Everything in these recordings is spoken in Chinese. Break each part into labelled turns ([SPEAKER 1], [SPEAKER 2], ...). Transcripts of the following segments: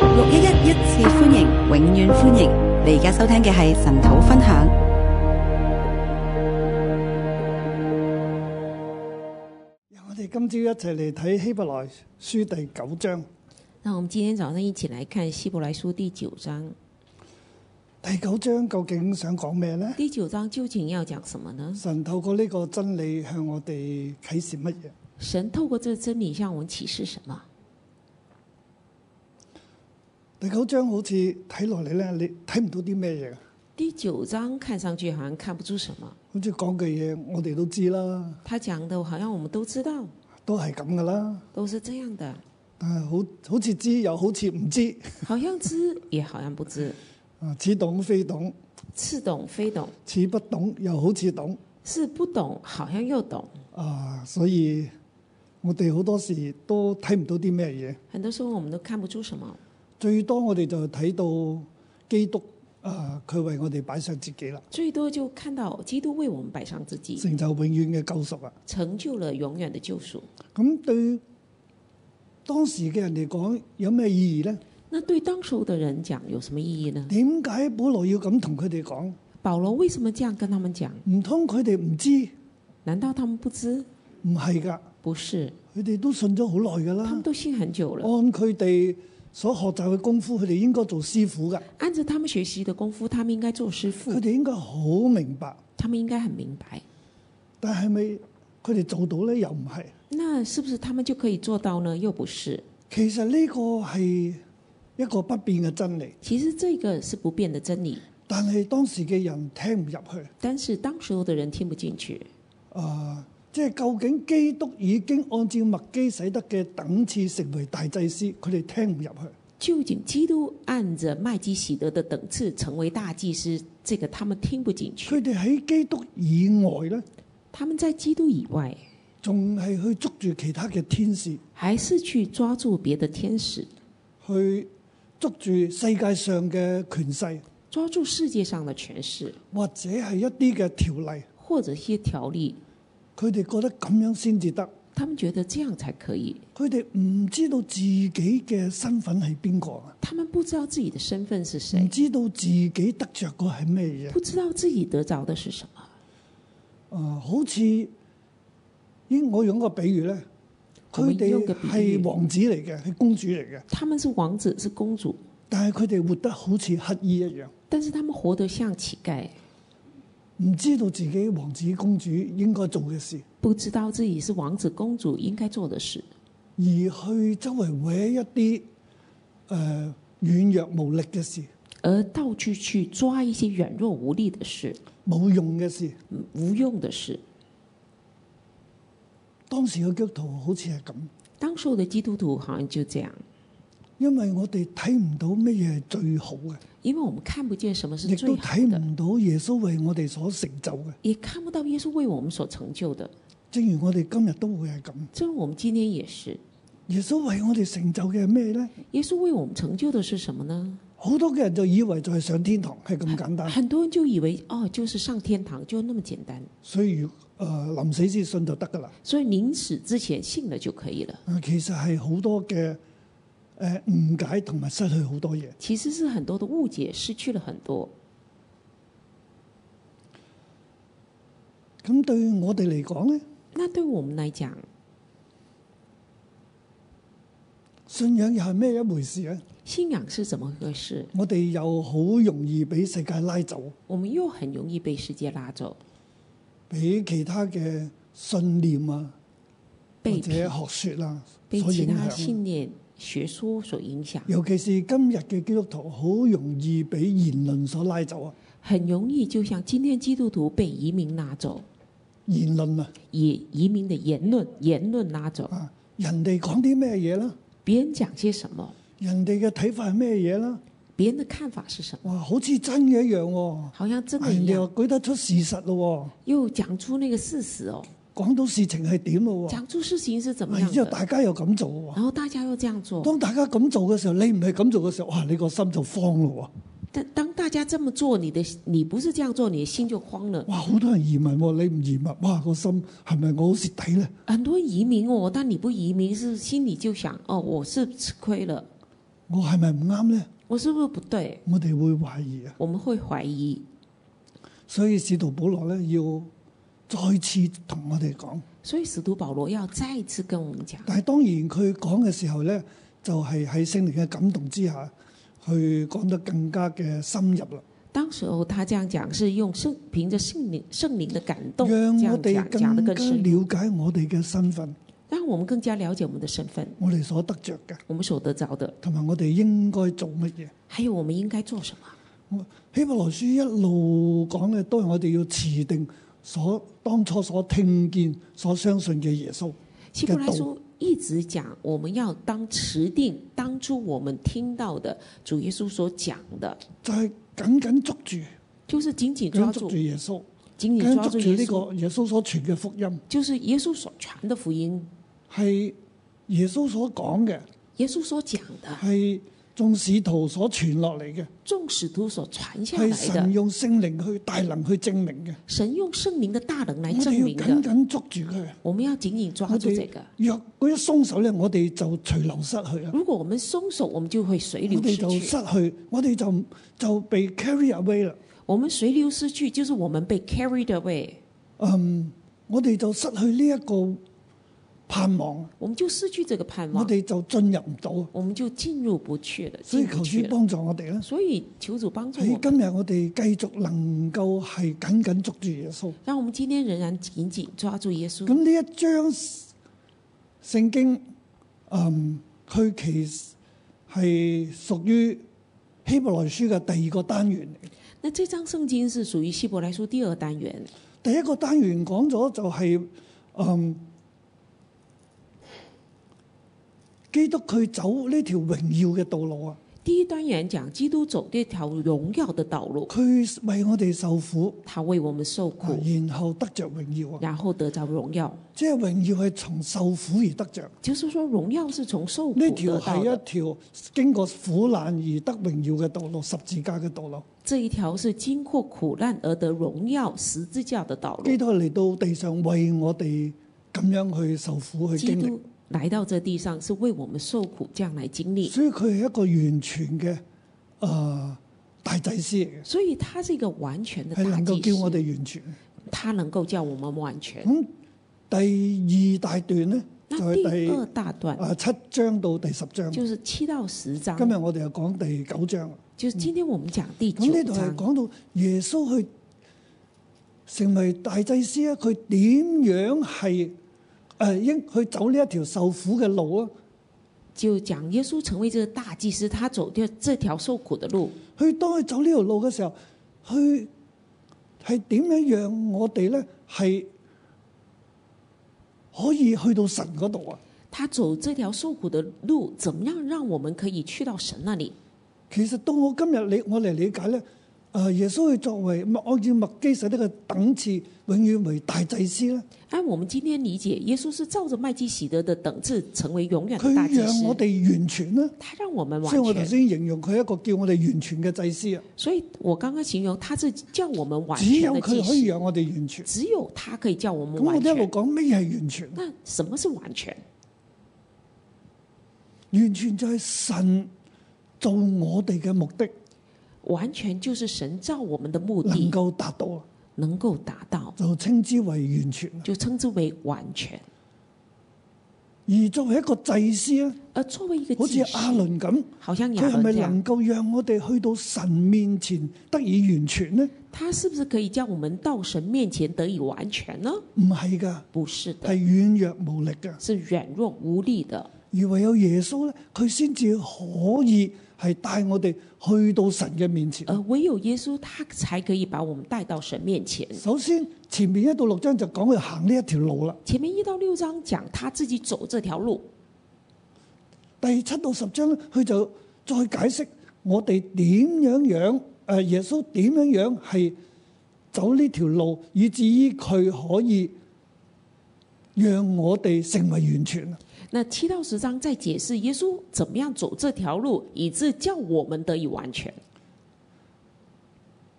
[SPEAKER 1] 六一一一次歡迎，永遠歡迎！你而家收聽嘅係神土分享。
[SPEAKER 2] 我哋今朝一齊嚟睇希伯來書第九章。
[SPEAKER 3] 那我们今天早上一起来看希伯来书第九章。
[SPEAKER 2] 第九章究竟想講咩呢？
[SPEAKER 3] 第九章究竟要讲什么呢？
[SPEAKER 2] 神透過呢個真理向我哋啟示乜嘢？
[SPEAKER 3] 神透过这真理向我们启示什么？
[SPEAKER 2] 第九章好似睇落嚟呢，你睇唔到啲咩嘢㗎，
[SPEAKER 3] 第九章看上去好像看不出什么，
[SPEAKER 2] 好似講嘅嘢我哋都知啦，
[SPEAKER 3] 他讲的好像我们都知道，
[SPEAKER 2] 都係咁噶啦。
[SPEAKER 3] 都是这样的，
[SPEAKER 2] 但係好好似知又好似唔知，
[SPEAKER 3] 好像知也好像不知，
[SPEAKER 2] 啊似懂非懂，
[SPEAKER 3] 似懂非懂，
[SPEAKER 2] 似不懂又好似懂。
[SPEAKER 3] 是不懂好像又懂。
[SPEAKER 2] 啊，所以我哋好多時都睇唔到啲咩嘢。
[SPEAKER 3] 很多时候我们都看不出什么，
[SPEAKER 2] 最多我哋就睇到基督啊，佢、為我哋擺上自己啦，
[SPEAKER 3] 最多就看到基督为我们摆上自己，
[SPEAKER 2] 成就永遠嘅救贖啊！
[SPEAKER 3] 成就了永远的救赎。
[SPEAKER 2] 咁對當時嘅人嚟講，有咩意義呢？
[SPEAKER 3] 那对当时候的人讲有什么意义呢？
[SPEAKER 2] 點解保羅要咁同佢哋講？
[SPEAKER 3] 保罗为什么这样跟他们讲？
[SPEAKER 2] 唔通佢哋唔知？
[SPEAKER 3] 难道他们不知？
[SPEAKER 2] 唔係㗎，
[SPEAKER 3] 不是，
[SPEAKER 2] 佢哋都信咗好耐㗎
[SPEAKER 3] 他们
[SPEAKER 2] 啦。
[SPEAKER 3] 都信很久
[SPEAKER 2] 按
[SPEAKER 3] 了，
[SPEAKER 2] 佢哋所學習嘅功夫，佢哋應該做師傅㗎，
[SPEAKER 3] 按着他们学习的功夫，他们应该做师
[SPEAKER 2] 佢
[SPEAKER 3] 傅，
[SPEAKER 2] 哋應該好明白。
[SPEAKER 3] 他们应该很明白。
[SPEAKER 2] 但係咪佢哋做到呢？又唔係。
[SPEAKER 3] 那是不是他们就可以做到呢？又不是。
[SPEAKER 2] 其實呢個係一個不變嘅真理。
[SPEAKER 3] 其实这个是不变的真理，
[SPEAKER 2] 但係當時嘅人聽唔入去，
[SPEAKER 3] 但是当时候的人听不进去。
[SPEAKER 2] 啊、即係究竟基督已經按照麥基洗德嘅等次成為大祭司，佢哋聽唔入去。
[SPEAKER 3] 究竟基督按着麦基喜德的等次成为大祭司，这个他们听不进去。
[SPEAKER 2] 佢哋喺基督以外呢，
[SPEAKER 3] 他们在基督以外，
[SPEAKER 2] 仲係去捉住其他嘅天使，
[SPEAKER 3] 还是去抓住别的天使，
[SPEAKER 2] 去捉住世界上嘅權勢，
[SPEAKER 3] 抓住世界上的权势，
[SPEAKER 2] 或者係一啲嘅條例。
[SPEAKER 3] 或者一些条例，
[SPEAKER 2] 佢哋覺得咁樣先至得，
[SPEAKER 3] 他们觉得这样才可以。
[SPEAKER 2] 佢哋唔知道自己嘅身份係邊個啊，
[SPEAKER 3] 他们不知道自己的身份是
[SPEAKER 2] 唔
[SPEAKER 3] 谁，
[SPEAKER 2] 知道自己得着個係咩嘢。
[SPEAKER 3] 不知道自己得着的是什么。
[SPEAKER 2] 啊、好似應我用一個比喻咧，
[SPEAKER 3] 我
[SPEAKER 2] 佢
[SPEAKER 3] 們
[SPEAKER 2] 哋
[SPEAKER 3] 用個比喻
[SPEAKER 2] 係王子嚟嘅，係公主嚟嘅，
[SPEAKER 3] 他们是王子，是公主，
[SPEAKER 2] 但係佢哋活得好似乞衣一樣，
[SPEAKER 3] 但是他们活得像乞丐，
[SPEAKER 2] 唔知道自己王子公主應該做嘅事，
[SPEAKER 3] 不知道自己是王子公主应该做的事，
[SPEAKER 2] 而去周圍搲一啲誒、呃、軟弱無力嘅事、
[SPEAKER 3] 而到处去抓一些软弱无力的事、
[SPEAKER 2] 冇用嘅事。
[SPEAKER 3] 嗯无用的事。
[SPEAKER 2] 當時嘅基督徒好似係咁，
[SPEAKER 3] 当时候的基督徒好像就这样，
[SPEAKER 2] 因為我哋睇唔到乜嘢係最好嘅，
[SPEAKER 3] 因为我们看不见什么是
[SPEAKER 2] 亦
[SPEAKER 3] 最
[SPEAKER 2] 都
[SPEAKER 3] 好
[SPEAKER 2] 睇
[SPEAKER 3] 的，
[SPEAKER 2] 唔到耶穌為我哋所成就嘅。
[SPEAKER 3] 也看不到耶稣为我们所成就的。
[SPEAKER 2] 正如我哋今日都會係咁。
[SPEAKER 3] 正如我们今天也是，
[SPEAKER 2] 耶穌為我哋成就嘅係咩呢？
[SPEAKER 3] 耶稣为我们成就的是什么呢？
[SPEAKER 2] 好多嘅人就以為就係上天堂係咁簡 單，
[SPEAKER 3] 很多人就以为哦，就是上天堂就那么简单。
[SPEAKER 2] 所以如誒、呃、臨死之信就得㗎啦。
[SPEAKER 3] 所以临死之前信了就可以了。
[SPEAKER 2] 啊其實係好多嘅誒誤解同埋失去好多嘢。
[SPEAKER 3] 其实是很多的误解，失去了很多。
[SPEAKER 2] 咁對我哋嚟講呢，
[SPEAKER 3] 那对我们来讲，
[SPEAKER 2] 信仰又係咩一回事呢？
[SPEAKER 3] 信仰是怎么回事？
[SPEAKER 2] 我哋又好容易俾世界拉走，
[SPEAKER 3] 我们又很容易被世界拉走，
[SPEAKER 2] 俾其他嘅信念啊，或
[SPEAKER 3] 被
[SPEAKER 2] 者學説啊
[SPEAKER 3] 被
[SPEAKER 2] 所
[SPEAKER 3] 其
[SPEAKER 2] 影
[SPEAKER 3] 他
[SPEAKER 2] 響。
[SPEAKER 3] 信念、学说所影响，
[SPEAKER 2] 尤其是今日嘅基督徒，好容易俾言論所拉走啊，
[SPEAKER 3] 很容易就像今天基督徒被移民拉走，
[SPEAKER 2] 言論啊。
[SPEAKER 3] 以移民的言论、言论拉走，
[SPEAKER 2] 啊，人哋講啲咩嘢啦，
[SPEAKER 3] 别人讲些什么，
[SPEAKER 2] 人哋嘅睇法係咩嘢啦，
[SPEAKER 3] 别人的看法是什么，
[SPEAKER 2] 哇，好似真嘅一樣喎、
[SPEAKER 3] 好像真
[SPEAKER 2] 啊
[SPEAKER 3] 的
[SPEAKER 2] 人
[SPEAKER 3] 一
[SPEAKER 2] 哋又
[SPEAKER 3] 样，
[SPEAKER 2] 舉得出事實咯、
[SPEAKER 3] 又讲出那个事实哦，
[SPEAKER 2] 喎，講到事情係點咯喎，
[SPEAKER 3] 讲出事情是怎
[SPEAKER 2] 啊
[SPEAKER 3] 么
[SPEAKER 2] 然
[SPEAKER 3] 样
[SPEAKER 2] 之後
[SPEAKER 3] 的，
[SPEAKER 2] 大家又咁做喎、
[SPEAKER 3] 然后大家又这样做。
[SPEAKER 2] 當大家咁做嘅時候，你唔係咁做嘅時候，哇！你個心就慌咯
[SPEAKER 3] 但当大家这么做，你的你不是这样做，你的心就慌了
[SPEAKER 2] 喎！。哇！好多人移民喎、你唔移民，哇！個心係咪我好蝕底咧？
[SPEAKER 3] 很多人移民哦，但你不移民是心里就想哦，我是吃亏了，
[SPEAKER 2] 我係咪唔啱呢？
[SPEAKER 3] 我是不是不对？
[SPEAKER 2] 我哋會懷疑啊！
[SPEAKER 3] 我们会怀疑。
[SPEAKER 2] 所以使徒保羅呢，要再次同我哋講，
[SPEAKER 3] 所以使徒保罗要再一次跟我们讲，
[SPEAKER 2] 但係當然佢講嘅時候呢，就係喺聖靈嘅感動之下，去講得更加嘅深入啦，
[SPEAKER 3] 当时候他这样讲是用圣凭着圣灵圣灵的感动
[SPEAKER 2] 讓
[SPEAKER 3] 这
[SPEAKER 2] 我
[SPEAKER 3] 样
[SPEAKER 2] 哋
[SPEAKER 3] 讲，讲得
[SPEAKER 2] 更
[SPEAKER 3] 更
[SPEAKER 2] 加
[SPEAKER 3] 深入，
[SPEAKER 2] 了解我哋嘅身份，
[SPEAKER 3] 让我们更加了解我们的身份，
[SPEAKER 2] 我哋所得着嘅，
[SPEAKER 3] 我们所得着的，
[SPEAKER 2] 同埋我哋應該做乜嘢。
[SPEAKER 3] 还有我们应该做什么。
[SPEAKER 2] 希伯來書一路講嘅都係我哋要持定所當初所聽見、所相信嘅耶穌。
[SPEAKER 3] 希伯来书一直讲，我们要当持定当初我们听到的主耶稣所讲的，
[SPEAKER 2] 就係緊緊捉住，
[SPEAKER 3] 就是紧紧抓
[SPEAKER 2] 緊捉
[SPEAKER 3] 住
[SPEAKER 2] 住，耶穌，
[SPEAKER 3] 紧紧
[SPEAKER 2] 緊
[SPEAKER 3] 抓
[SPEAKER 2] 捉
[SPEAKER 3] 住
[SPEAKER 2] 住
[SPEAKER 3] 耶
[SPEAKER 2] 呢
[SPEAKER 3] 稣，
[SPEAKER 2] 個耶穌所傳嘅福音，
[SPEAKER 3] 就是耶稣所传的福音，
[SPEAKER 2] 係耶穌所講嘅，
[SPEAKER 3] 耶稣所讲的，
[SPEAKER 2] 係眾使徒所傳落嚟嘅，
[SPEAKER 3] 众使徒所传下
[SPEAKER 2] 係
[SPEAKER 3] 来
[SPEAKER 2] 神
[SPEAKER 3] 的，
[SPEAKER 2] 用聖靈去大能去證明嘅。
[SPEAKER 3] 神用圣灵的大能来
[SPEAKER 2] 我
[SPEAKER 3] 证
[SPEAKER 2] 哋要
[SPEAKER 3] 明
[SPEAKER 2] 緊
[SPEAKER 3] 的。
[SPEAKER 2] 緊捉住佢。
[SPEAKER 3] 我们要紧紧抓
[SPEAKER 2] 我
[SPEAKER 3] 住这
[SPEAKER 2] 哋
[SPEAKER 3] 个，
[SPEAKER 2] 若佢一鬆手咧，我哋就隨流失去啦。
[SPEAKER 3] 如果我们松手，我们就会随
[SPEAKER 2] 我
[SPEAKER 3] 流
[SPEAKER 2] 哋
[SPEAKER 3] 失
[SPEAKER 2] 就
[SPEAKER 3] 去。
[SPEAKER 2] 失去，我哋就就被 carry away 啦。
[SPEAKER 3] 我们随流失去，就是我们被 carried away，
[SPEAKER 2] 嗯，我哋就失去呢一個盼望，
[SPEAKER 3] 我们就失去这个盼
[SPEAKER 2] 我
[SPEAKER 3] 望，
[SPEAKER 2] 哋就進入唔到。
[SPEAKER 3] 我们就进入不去了，
[SPEAKER 2] 所以
[SPEAKER 3] 进
[SPEAKER 2] 求
[SPEAKER 3] 不
[SPEAKER 2] 主
[SPEAKER 3] 去了。
[SPEAKER 2] 幫助我哋啦。
[SPEAKER 3] 所以求主帮助我
[SPEAKER 2] 喺
[SPEAKER 3] 们，
[SPEAKER 2] 今日我哋繼續能夠係緊緊捉住耶穌。
[SPEAKER 3] 让我们今天仍然紧紧抓住耶稣
[SPEAKER 2] 咁。呢一章聖經，嗯，佢其實係屬於希伯來書嘅第二個單元嚟。
[SPEAKER 3] 那这张圣经是属于希伯来书第二单元，
[SPEAKER 2] 第一個單元講咗就係、嗯，基督佢走呢條榮耀嘅道路啊，
[SPEAKER 3] 第一单元讲基督走这条荣耀的道路，
[SPEAKER 2] 佢為我哋受苦，
[SPEAKER 3] 他为我们受
[SPEAKER 2] 啊
[SPEAKER 3] 苦，
[SPEAKER 2] 然後得着榮耀啊，
[SPEAKER 3] 然后得着荣耀。
[SPEAKER 2] 即係榮耀係從受苦而得着。
[SPEAKER 3] 就是说，榮耀是從受苦
[SPEAKER 2] 呢
[SPEAKER 3] 得
[SPEAKER 2] 條
[SPEAKER 3] 到
[SPEAKER 2] 係
[SPEAKER 3] 的
[SPEAKER 2] 一。條經過苦難而得榮耀嘅道路，十字架嘅道路。
[SPEAKER 3] 这一条是经過苦難而得榮耀十字架的道
[SPEAKER 2] 基
[SPEAKER 3] 路。
[SPEAKER 2] 督嚟到地上為我哋咁樣去受苦去
[SPEAKER 3] 基
[SPEAKER 2] 經歷，
[SPEAKER 3] 督来到这地上是為我們受苦，這樣來經歷。
[SPEAKER 2] 所以佢係一個完全嘅啊、呃大祭司嚟嘅。
[SPEAKER 3] 所以他是一個完全的
[SPEAKER 2] 係
[SPEAKER 3] 大
[SPEAKER 2] 能夠
[SPEAKER 3] 祭
[SPEAKER 2] 叫我嗯
[SPEAKER 3] 司，
[SPEAKER 2] 哋完全。
[SPEAKER 3] 他能夠叫我們完全。
[SPEAKER 2] 咁第二大段呢，就
[SPEAKER 3] 那啊第二
[SPEAKER 2] 係
[SPEAKER 3] 大
[SPEAKER 2] 第
[SPEAKER 3] 段
[SPEAKER 2] 啊七章到第十章。
[SPEAKER 3] 就是七到十章，
[SPEAKER 2] 今日我哋又講第九章啦。
[SPEAKER 3] 就是今天我們講第
[SPEAKER 2] 咁呢度
[SPEAKER 3] 九
[SPEAKER 2] 係
[SPEAKER 3] 章，
[SPEAKER 2] 講到耶穌去成為大祭司啊，佢點樣係誒應去走呢一條受苦嘅路啊？
[SPEAKER 3] 就講耶穌成為這個大祭司，他走掉這條受苦的路。
[SPEAKER 2] 去當佢走呢條路嘅時候，去係點樣讓我哋咧係可以去到神嗰度啊？
[SPEAKER 3] 他走這條受苦的路，怎麼樣讓我們可以去到神那裡？
[SPEAKER 2] 其實到我今日理我嚟理解咧，誒、耶穌佢作為默按照麥基洗德嘅等次，永遠為大祭司咧，
[SPEAKER 3] 按哎我们今天理解，耶稣是照着麦基洗德的等次成为永远
[SPEAKER 2] 佢
[SPEAKER 3] 的大祭
[SPEAKER 2] 讓我
[SPEAKER 3] 司，
[SPEAKER 2] 哋完全咧，
[SPEAKER 3] 他让我们
[SPEAKER 2] 所以我
[SPEAKER 3] 完
[SPEAKER 2] 頭
[SPEAKER 3] 全。
[SPEAKER 2] 先形容佢一個叫我哋完全嘅祭司啊，
[SPEAKER 3] 所以我刚刚形容他是叫我们完
[SPEAKER 2] 只
[SPEAKER 3] 全
[SPEAKER 2] 有
[SPEAKER 3] 的祭
[SPEAKER 2] 佢可以
[SPEAKER 3] 司，
[SPEAKER 2] 讓我哋完全。
[SPEAKER 3] 只有他可以叫我们
[SPEAKER 2] 咁我
[SPEAKER 3] 完
[SPEAKER 2] 哋一路
[SPEAKER 3] 全。
[SPEAKER 2] 講咩係完全？
[SPEAKER 3] 那什么是完全？
[SPEAKER 2] 完全就係神做我哋嘅目的
[SPEAKER 3] 完全就是神照我们的目
[SPEAKER 2] 能
[SPEAKER 3] 的
[SPEAKER 2] 夠達到啊，
[SPEAKER 3] 能夠达到，
[SPEAKER 2] 就稱之為完全啊。
[SPEAKER 3] 就称之为完全。
[SPEAKER 2] 而作為一個祭司咧，
[SPEAKER 3] 而作为一个
[SPEAKER 2] 好似
[SPEAKER 3] 祭司，
[SPEAKER 2] 阿倫咁。
[SPEAKER 3] 好像亚
[SPEAKER 2] 佢係
[SPEAKER 3] 伦
[SPEAKER 2] 咪
[SPEAKER 3] 这样，
[SPEAKER 2] 能夠讓我哋去到神面前得以完全呢？
[SPEAKER 3] 他是不是可以叫我们到神面前得以完全呢？
[SPEAKER 2] 唔係㗎，
[SPEAKER 3] 不是
[SPEAKER 2] 係
[SPEAKER 3] 的，
[SPEAKER 2] 軟弱無力㗎。
[SPEAKER 3] 是软弱无力的。
[SPEAKER 2] 而唯有耶穌咧，佢先至可以係帶我哋去到神嘅面前。
[SPEAKER 3] 而唯有耶稣，他才可以把我们带到神面前。
[SPEAKER 2] 首先，前面一到六章就講佢行呢一條路啦。
[SPEAKER 3] 前面一到六章讲他自己走这条路，
[SPEAKER 2] 第七到十章咧，佢就再解釋我哋點樣樣，誒、耶穌點樣樣係走呢條路，以至於佢可以讓我哋成為完全。
[SPEAKER 3] 那七到十章再解释耶稣怎么样走这条路，以致叫我们得以完全。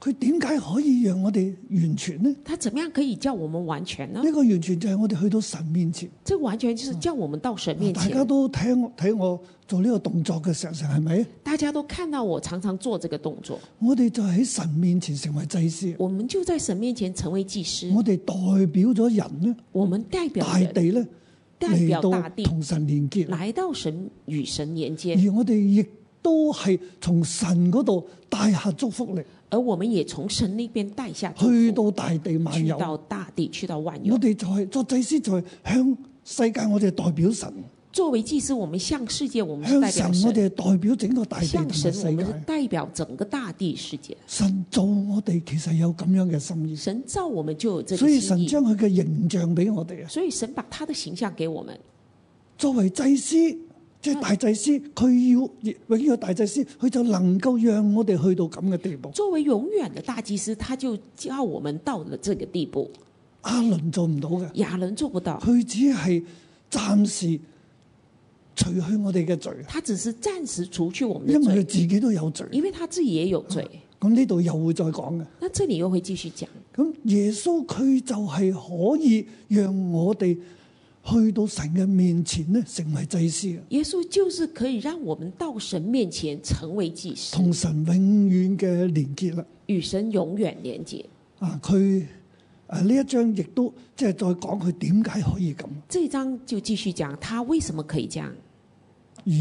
[SPEAKER 2] 佢點解可以讓我哋完全呢？
[SPEAKER 3] 他怎么样可以叫我们完全呢
[SPEAKER 2] 呢、？個完全就係我哋去到神面前，
[SPEAKER 3] 这完全就是叫我们到神面
[SPEAKER 2] 大
[SPEAKER 3] 前
[SPEAKER 2] 家。都睇我睇我做呢個動作嘅時候，神係咪？
[SPEAKER 3] 大家都看到我常常做这个动作，
[SPEAKER 2] 我哋就喺神面前成為祭司，
[SPEAKER 3] 我们就在神面前成为祭司，
[SPEAKER 2] 我哋代表咗人呢，
[SPEAKER 3] 我们代嗯表
[SPEAKER 2] 大
[SPEAKER 3] 人
[SPEAKER 2] 地呢，
[SPEAKER 3] 代表
[SPEAKER 2] 嚟
[SPEAKER 3] 大
[SPEAKER 2] 到
[SPEAKER 3] 地
[SPEAKER 2] 同神連結，
[SPEAKER 3] 来到神与神连接，
[SPEAKER 2] 而我哋亦都係從神嗰度帶下祝福力，
[SPEAKER 3] 而我们也从神那边带下祝
[SPEAKER 2] 去
[SPEAKER 3] 福，
[SPEAKER 2] 到大地漫
[SPEAKER 3] 去
[SPEAKER 2] 遊。
[SPEAKER 3] 到大地，去到万有
[SPEAKER 2] 我。哋就係作祭司，就係向世界我哋代表神，
[SPEAKER 3] 作为祭司，我们向世界，我们是
[SPEAKER 2] 向
[SPEAKER 3] 嗯代
[SPEAKER 2] 神
[SPEAKER 3] 表
[SPEAKER 2] 我
[SPEAKER 3] 神；
[SPEAKER 2] 哋係代表整個大地同
[SPEAKER 3] 向
[SPEAKER 2] 埋
[SPEAKER 3] 神，我
[SPEAKER 2] 世
[SPEAKER 3] 们是
[SPEAKER 2] 界。
[SPEAKER 3] 代表整个大地世界。
[SPEAKER 2] 神做我哋其實有咁樣嘅心意，
[SPEAKER 3] 神造我们就有这
[SPEAKER 2] 所
[SPEAKER 3] 个
[SPEAKER 2] 以
[SPEAKER 3] 心
[SPEAKER 2] 神
[SPEAKER 3] 意，
[SPEAKER 2] 將佢嘅形象俾我哋啊。
[SPEAKER 3] 所以神把他的形象给我们。
[SPEAKER 2] 作為祭司，即係大祭司，
[SPEAKER 3] 嗯
[SPEAKER 2] 佢要永遠嘅大祭司，佢就能夠讓我哋去到咁嘅地步。
[SPEAKER 3] 作为永远的大祭司，他就叫我们到了这个地步。
[SPEAKER 2] 阿倫做唔到嘅，
[SPEAKER 3] 亚伦做不到，
[SPEAKER 2] 佢只係暫時除去我哋嘅罪，
[SPEAKER 3] 他只是暂时除去我们
[SPEAKER 2] 因
[SPEAKER 3] 的
[SPEAKER 2] 為佢
[SPEAKER 3] 罪，
[SPEAKER 2] 自己都有罪。
[SPEAKER 3] 因为他自己也有罪。
[SPEAKER 2] 咁呢度又會再講嘅。
[SPEAKER 3] 那这里又会继续讲，
[SPEAKER 2] 咁耶穌佢就係可以讓我哋去到神嘅面前咧，成為祭司啊，
[SPEAKER 3] 耶稣就是可以让我们到神面前成为祭司，
[SPEAKER 2] 同神永遠嘅連結啦。
[SPEAKER 3] 与神永远连接。
[SPEAKER 2] 啊，佢誒呢一章亦都即係再講佢點解可以咁，
[SPEAKER 3] 这一章就继续讲他为什么可以这样。
[SPEAKER 2] 而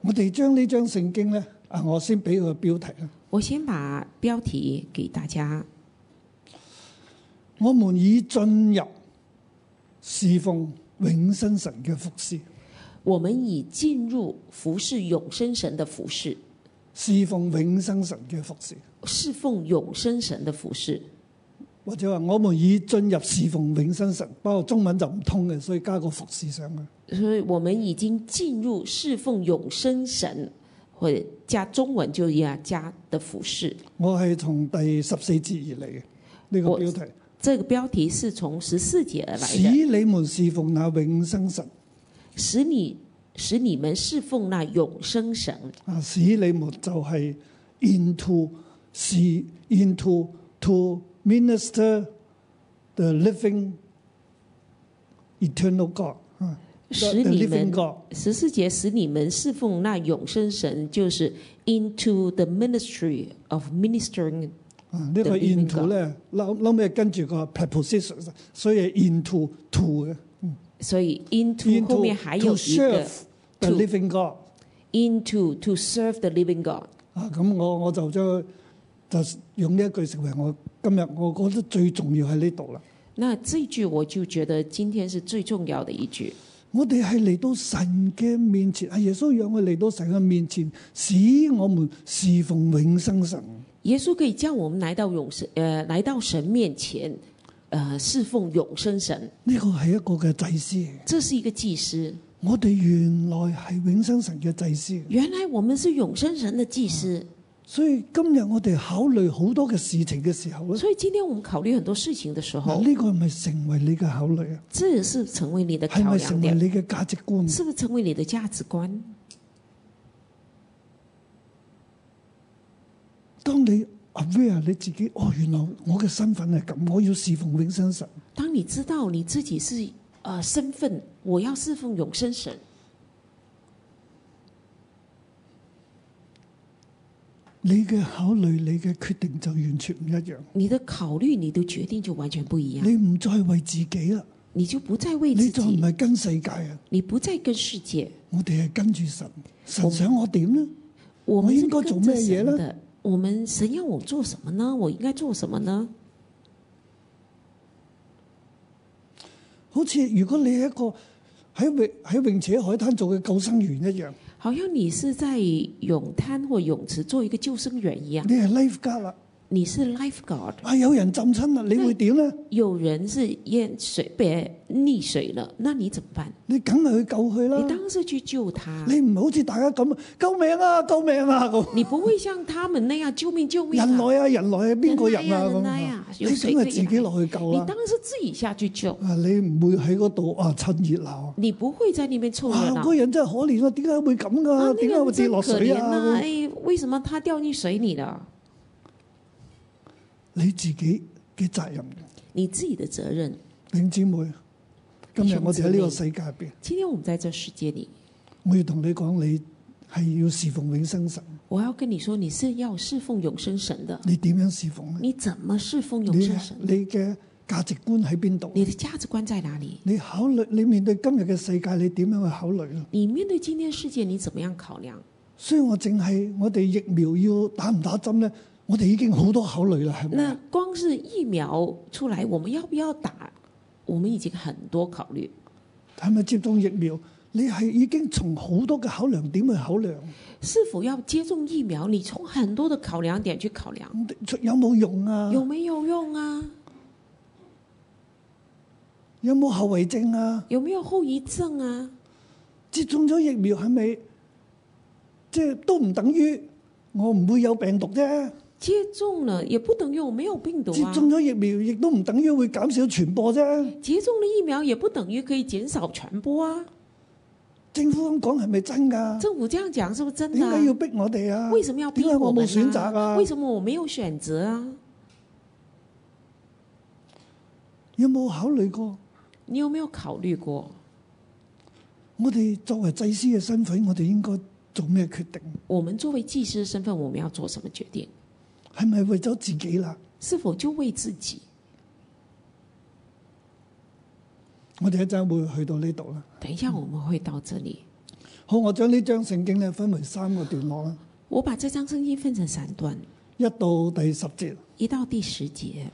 [SPEAKER 2] 我哋將呢章聖經咧，啊，我先俾佢個標題啦。
[SPEAKER 3] 我先把标题给大家：
[SPEAKER 2] 我們已進入侍奉永生神嘅服侍，
[SPEAKER 3] 我们已进入服侍永生神的服侍，
[SPEAKER 2] 侍奉永生神嘅服侍，
[SPEAKER 3] 侍奉永生神的服侍。
[SPEAKER 2] 或者話我們已進入侍奉永生神。不過中文就唔通嘅，所以加個服侍上去。
[SPEAKER 3] 所以我们已经进入侍奉永生神，或者加中文就要加的服侍。
[SPEAKER 2] 我係從第十四節而嚟嘅呢個
[SPEAKER 3] 我
[SPEAKER 2] 標題，
[SPEAKER 3] 这个标题是從十四节而来的，
[SPEAKER 2] 使你們侍奉那永生神。
[SPEAKER 3] 使你使你们侍奉那永生神，
[SPEAKER 2] 啊，使你們就係 into 是 into to minister the living eternal God 啊，the
[SPEAKER 3] 使
[SPEAKER 2] the
[SPEAKER 3] 你
[SPEAKER 2] living
[SPEAKER 3] 们
[SPEAKER 2] God
[SPEAKER 3] 十四节使你们侍奉那永生神，就是 into the ministry of ministering。
[SPEAKER 2] 啊，呢個
[SPEAKER 3] the living
[SPEAKER 2] into 咧，嬲嬲尾跟住個 preposition，所以係 into to 嘅
[SPEAKER 3] 所以 into 后面还
[SPEAKER 2] into
[SPEAKER 3] 有
[SPEAKER 2] to
[SPEAKER 3] 一个
[SPEAKER 2] serve the
[SPEAKER 3] to
[SPEAKER 2] living God
[SPEAKER 3] into to serve the living God。
[SPEAKER 2] 啊，咁我我就將佢就用呢一句成為我今日我覺得最重要喺呢度啦。
[SPEAKER 3] 那这句我就觉得今天是最重要的一句。
[SPEAKER 2] 我哋係嚟到神嘅面前，哎阿耶穌讓我嚟到神嘅面前，使我們侍奉永生神。
[SPEAKER 3] 耶稣可以叫我们来到永生，呃，来到神面前，呃，侍奉永生神。
[SPEAKER 2] 呢個係一個嘅祭司，
[SPEAKER 3] 这是一个祭司。
[SPEAKER 2] 我哋原來係永生神嘅祭司，
[SPEAKER 3] 原来我们是永生神的祭司，
[SPEAKER 2] 所以今日我哋考慮好多嘅事情嘅時候咧，
[SPEAKER 3] 所以今天我们考虑很多事情的时
[SPEAKER 2] 嗱
[SPEAKER 3] 候，
[SPEAKER 2] 呢個係咪成為你嘅考慮啊？
[SPEAKER 3] 这也是成为你的
[SPEAKER 2] 係
[SPEAKER 3] 考
[SPEAKER 2] 咪
[SPEAKER 3] 量
[SPEAKER 2] 成為
[SPEAKER 3] 点，
[SPEAKER 2] 你嘅價值觀？
[SPEAKER 3] 是不是成为你的价值观？
[SPEAKER 2] 當你 aware 你自己，哦，原來我嘅身份係咁，我要侍奉永生神，
[SPEAKER 3] 当你知道你自己是呃身份，我要侍奉永生神，
[SPEAKER 2] 你嘅考慮、你嘅決定就完全唔一樣。
[SPEAKER 3] 你的考虑、你的决定就完全不一样，
[SPEAKER 2] 你唔再係為自己啦，
[SPEAKER 3] 你就不再为
[SPEAKER 2] 你
[SPEAKER 3] 自
[SPEAKER 2] 就唔
[SPEAKER 3] 己，
[SPEAKER 2] 係跟世界啊。
[SPEAKER 3] 你不再跟世界，
[SPEAKER 2] 我哋係跟住神，神
[SPEAKER 3] 我
[SPEAKER 2] 想我點呢？
[SPEAKER 3] 我们是
[SPEAKER 2] 应该做
[SPEAKER 3] 跟
[SPEAKER 2] 咩
[SPEAKER 3] 着
[SPEAKER 2] 嘢
[SPEAKER 3] 神
[SPEAKER 2] 呢
[SPEAKER 3] 的。我们神要我做什么呢？我应该做什么呢？
[SPEAKER 2] 好似如果你係一個喺泳喺泳池海灘做嘅救生員一樣，
[SPEAKER 3] 好像你是在泳滩或泳池做一个救生员一样，
[SPEAKER 2] 你係 lifeguard 啦，
[SPEAKER 3] 你是 lifeguard，
[SPEAKER 2] 啊有人浸親啦，你會點呢？
[SPEAKER 3] 有人是淹水被溺水了，那你怎么办？
[SPEAKER 2] 你梗係去救佢
[SPEAKER 3] 你
[SPEAKER 2] 啦，
[SPEAKER 3] 当时去救他，
[SPEAKER 2] 你唔係好似大家咁救命啊救命啊咁，
[SPEAKER 3] 你不会像他们那样救命救命、啊。
[SPEAKER 2] 人來啊人來啊邊個人啊
[SPEAKER 3] 人
[SPEAKER 2] 咁
[SPEAKER 3] 來
[SPEAKER 2] 啊，你
[SPEAKER 3] 啊人來啊有
[SPEAKER 2] 梗
[SPEAKER 3] 水
[SPEAKER 2] 係
[SPEAKER 3] 可以
[SPEAKER 2] 自己落去救
[SPEAKER 3] 你
[SPEAKER 2] 啦
[SPEAKER 3] 当，时自己下去救，
[SPEAKER 2] 啊你唔會喺嗰度啊趁熱鬧啊，
[SPEAKER 3] 你不会在那边凑
[SPEAKER 2] 哇
[SPEAKER 3] 热
[SPEAKER 2] 嗰
[SPEAKER 3] 闹。
[SPEAKER 2] 個人真係可憐啊，點解會咁
[SPEAKER 3] 啊
[SPEAKER 2] 噶？，
[SPEAKER 3] 那
[SPEAKER 2] 點解會
[SPEAKER 3] 个人
[SPEAKER 2] 跌
[SPEAKER 3] 真
[SPEAKER 2] 落
[SPEAKER 3] 可啊哎
[SPEAKER 2] 水
[SPEAKER 3] 怜
[SPEAKER 2] 啊？
[SPEAKER 3] 呐、
[SPEAKER 2] 咁
[SPEAKER 3] 哎，为什么他掉进水里了？
[SPEAKER 2] 你自己嘅責任。
[SPEAKER 3] 你自己的责任。
[SPEAKER 2] 弟兄姊妹，今日我哋喺呢個世界入邊，
[SPEAKER 3] 今天我们在这世界里，
[SPEAKER 2] 我要同你講，你係要侍奉永生神，
[SPEAKER 3] 我要跟你说，你是要侍奉永生神的。
[SPEAKER 2] 你點樣侍奉呢？
[SPEAKER 3] 你怎么侍奉
[SPEAKER 2] 你
[SPEAKER 3] 永生神？
[SPEAKER 2] 你嘅價值觀喺邊度？
[SPEAKER 3] 你的价值观在哪里？
[SPEAKER 2] 你考慮你面對今日嘅世界，你點樣去考慮咧？
[SPEAKER 3] 你面对今天世界，你怎么样考量？
[SPEAKER 2] 所以我淨係我哋疫苗要打唔打針咧，我哋已經好多考慮啦，係咪
[SPEAKER 3] 那？光是疫苗出来，我们要不要打？我们已经很多考虑。
[SPEAKER 2] 係咪接種疫苗？你係已經從好多嘅考量點去考量，
[SPEAKER 3] 是否要接种疫苗？你从很多的考量点去考量，
[SPEAKER 2] 有冇用啊？
[SPEAKER 3] 有没有用啊？
[SPEAKER 2] 有冇後遺症啊？
[SPEAKER 3] 有没有后遗症啊？
[SPEAKER 2] 接種咗疫苗係咪即係都唔等於我唔會有病毒啫？
[SPEAKER 3] 接种了也不等于我没有病毒
[SPEAKER 2] 接
[SPEAKER 3] 啊。
[SPEAKER 2] 種咗疫苗亦都唔等於會減少傳播啫。
[SPEAKER 3] 接種了疫苗也不等于可以减少传播啊。
[SPEAKER 2] 政府咁講係咪真㗎？
[SPEAKER 3] 政府这样讲是不是真的、
[SPEAKER 2] 點
[SPEAKER 3] 啊？
[SPEAKER 2] 解要逼我哋啊？
[SPEAKER 3] 为什么要逼
[SPEAKER 2] 點解
[SPEAKER 3] 我
[SPEAKER 2] 我
[SPEAKER 3] 们、
[SPEAKER 2] 冇
[SPEAKER 3] 啊？
[SPEAKER 2] 選擇啊
[SPEAKER 3] 为？什么我没有选择啊？
[SPEAKER 2] 有冇考慮過？
[SPEAKER 3] 你有没有考虑过，
[SPEAKER 2] 我哋作為祭司嘅身份，我哋應該做咩決定？
[SPEAKER 3] 我们作为祭司的身份，我们要做什么决定？
[SPEAKER 2] 係咪為咗自己啦？
[SPEAKER 3] 是否就为自己？
[SPEAKER 2] 我哋一陣會去到呢度啦。
[SPEAKER 3] 等一下我们会到这里。
[SPEAKER 2] 好，我將呢張聖經咧分為三個段落啦，
[SPEAKER 3] 我把这张圣经分成三段，
[SPEAKER 2] 一到第十節，
[SPEAKER 3] 一到第十节，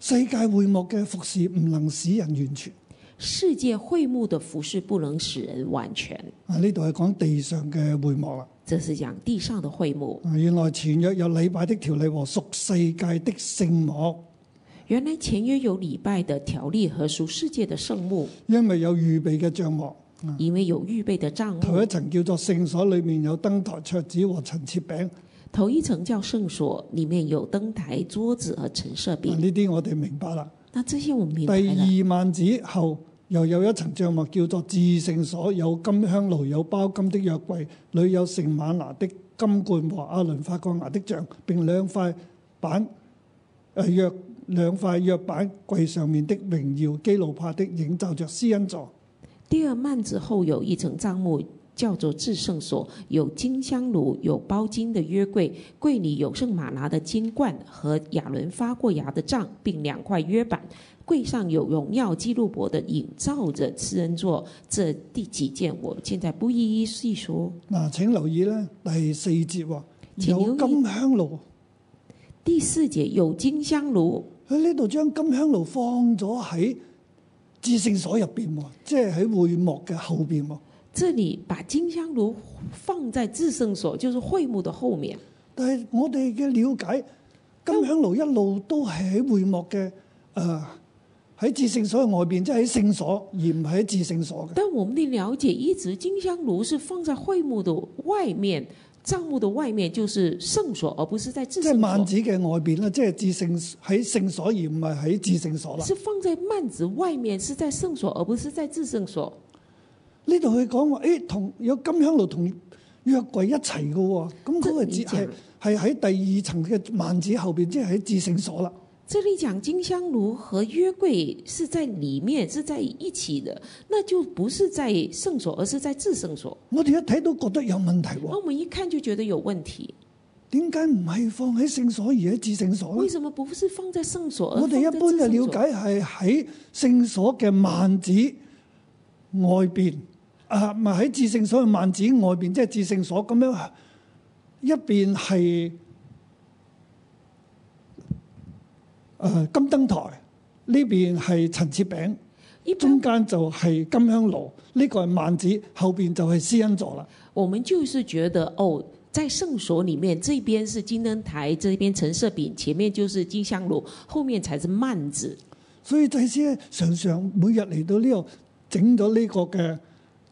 [SPEAKER 2] 世界會幕嘅服侍唔能使人完全。
[SPEAKER 3] 世界会幕的服饰不能使人完全，
[SPEAKER 2] 啊，呢度係講地上嘅會幕啦。
[SPEAKER 3] 这是讲地上的会幕。
[SPEAKER 2] 啊，原來前約有禮拜的條例和屬世界的聖幕，
[SPEAKER 3] 原来前约有礼拜的条例和属世界的圣幕，
[SPEAKER 2] 因為有預備嘅帳幕。
[SPEAKER 3] 因为有预备的帐
[SPEAKER 2] 頭
[SPEAKER 3] 幕
[SPEAKER 2] 一。層叫做聖所，裏面有燈台、桌子和陳設餅。
[SPEAKER 3] 头一层叫圣所，里面有灯台、桌子和陈设
[SPEAKER 2] 嗱，
[SPEAKER 3] 饼。
[SPEAKER 2] 呢啲我哋明白啦。
[SPEAKER 3] 那这些我们明
[SPEAKER 2] 第
[SPEAKER 3] 白了。
[SPEAKER 2] 二萬子後，又有一層帳幕叫做至聖所，有金香爐，有包金的約櫃，裏有盛馬拿的金冠和阿倫發過牙的像，並兩塊板誒、呃、約兩塊約板櫃上面的榮耀基路帕的影罩着施恩座。
[SPEAKER 3] 第二幔子后有一层帐幕，叫做至圣所，有金香炉，有包金的约柜，柜里有圣马拿的金冠和亚伦发过芽的杖，并两块约板。柜上有荣耀基路伯的影照着吃恩座。这第几件我们现在不一一细说。
[SPEAKER 2] 嗱，請留意咧第四節喎，
[SPEAKER 3] 請留
[SPEAKER 2] 有
[SPEAKER 3] 意
[SPEAKER 2] 金香爐
[SPEAKER 3] 第四节有金香炉，
[SPEAKER 2] 喺呢度將金香爐放咗喺至聖所入邊喎，即係喺會幕嘅後邊喎。
[SPEAKER 3] 这里把金香炉放在至圣所，就是会幕的后面。
[SPEAKER 2] 但係我哋嘅了解，金香爐一路都係喺會幕嘅誒喺至聖所嘅外邊，即係喺聖所，而唔係喺至聖所嘅。
[SPEAKER 3] 但我们的了解，一直金香炉是放在会幕的外面，帐幕的外面就是圣所，而不是在至
[SPEAKER 2] 即係
[SPEAKER 3] 圣
[SPEAKER 2] 幔
[SPEAKER 3] 所，
[SPEAKER 2] 子嘅外邊啦，即係至聖喺聖所，而唔係喺至聖所啦。
[SPEAKER 3] 是放在幔子外面，是在圣所，而不是在至圣所。
[SPEAKER 2] 呢度佢講話，誒同有金香爐同約櫃一齊嘅喎，咁嗰個
[SPEAKER 3] 即
[SPEAKER 2] 節
[SPEAKER 3] 係
[SPEAKER 2] 係係喺第二層嘅幔子後邊，即係喺至聖所啦。
[SPEAKER 3] 这里讲金香炉和约柜是在里面，是在一起的，那就不是在圣所，而是在至圣所。
[SPEAKER 2] 我哋一睇都覺得有問題
[SPEAKER 3] 那
[SPEAKER 2] 喎，
[SPEAKER 3] 我们一看就觉得有问题，
[SPEAKER 2] 點解唔係放喺聖所而喺至聖所
[SPEAKER 3] 为
[SPEAKER 2] 咧？
[SPEAKER 3] 什么不是放在圣所，而
[SPEAKER 2] 哦我哋
[SPEAKER 3] 放在
[SPEAKER 2] 一般
[SPEAKER 3] 至
[SPEAKER 2] 嘅
[SPEAKER 3] 圣所
[SPEAKER 2] 了解係喺聖所嘅幔子外邊，啊唔係喺至聖所嘅幔子外邊，即係至聖所咁樣一邊係誒呃金燈台，呢邊係陳設餅。
[SPEAKER 3] 一般
[SPEAKER 2] 中間就係金香爐，呢、個係幔子，後邊就係施恩座啦。
[SPEAKER 3] 我们就是觉得哦，在圣所里面，这边是金灯台，这边陈设饼，前面就是金香炉，后面才是幔子。
[SPEAKER 2] 所以祭司咧，常常每日嚟到呢度整咗呢個嘅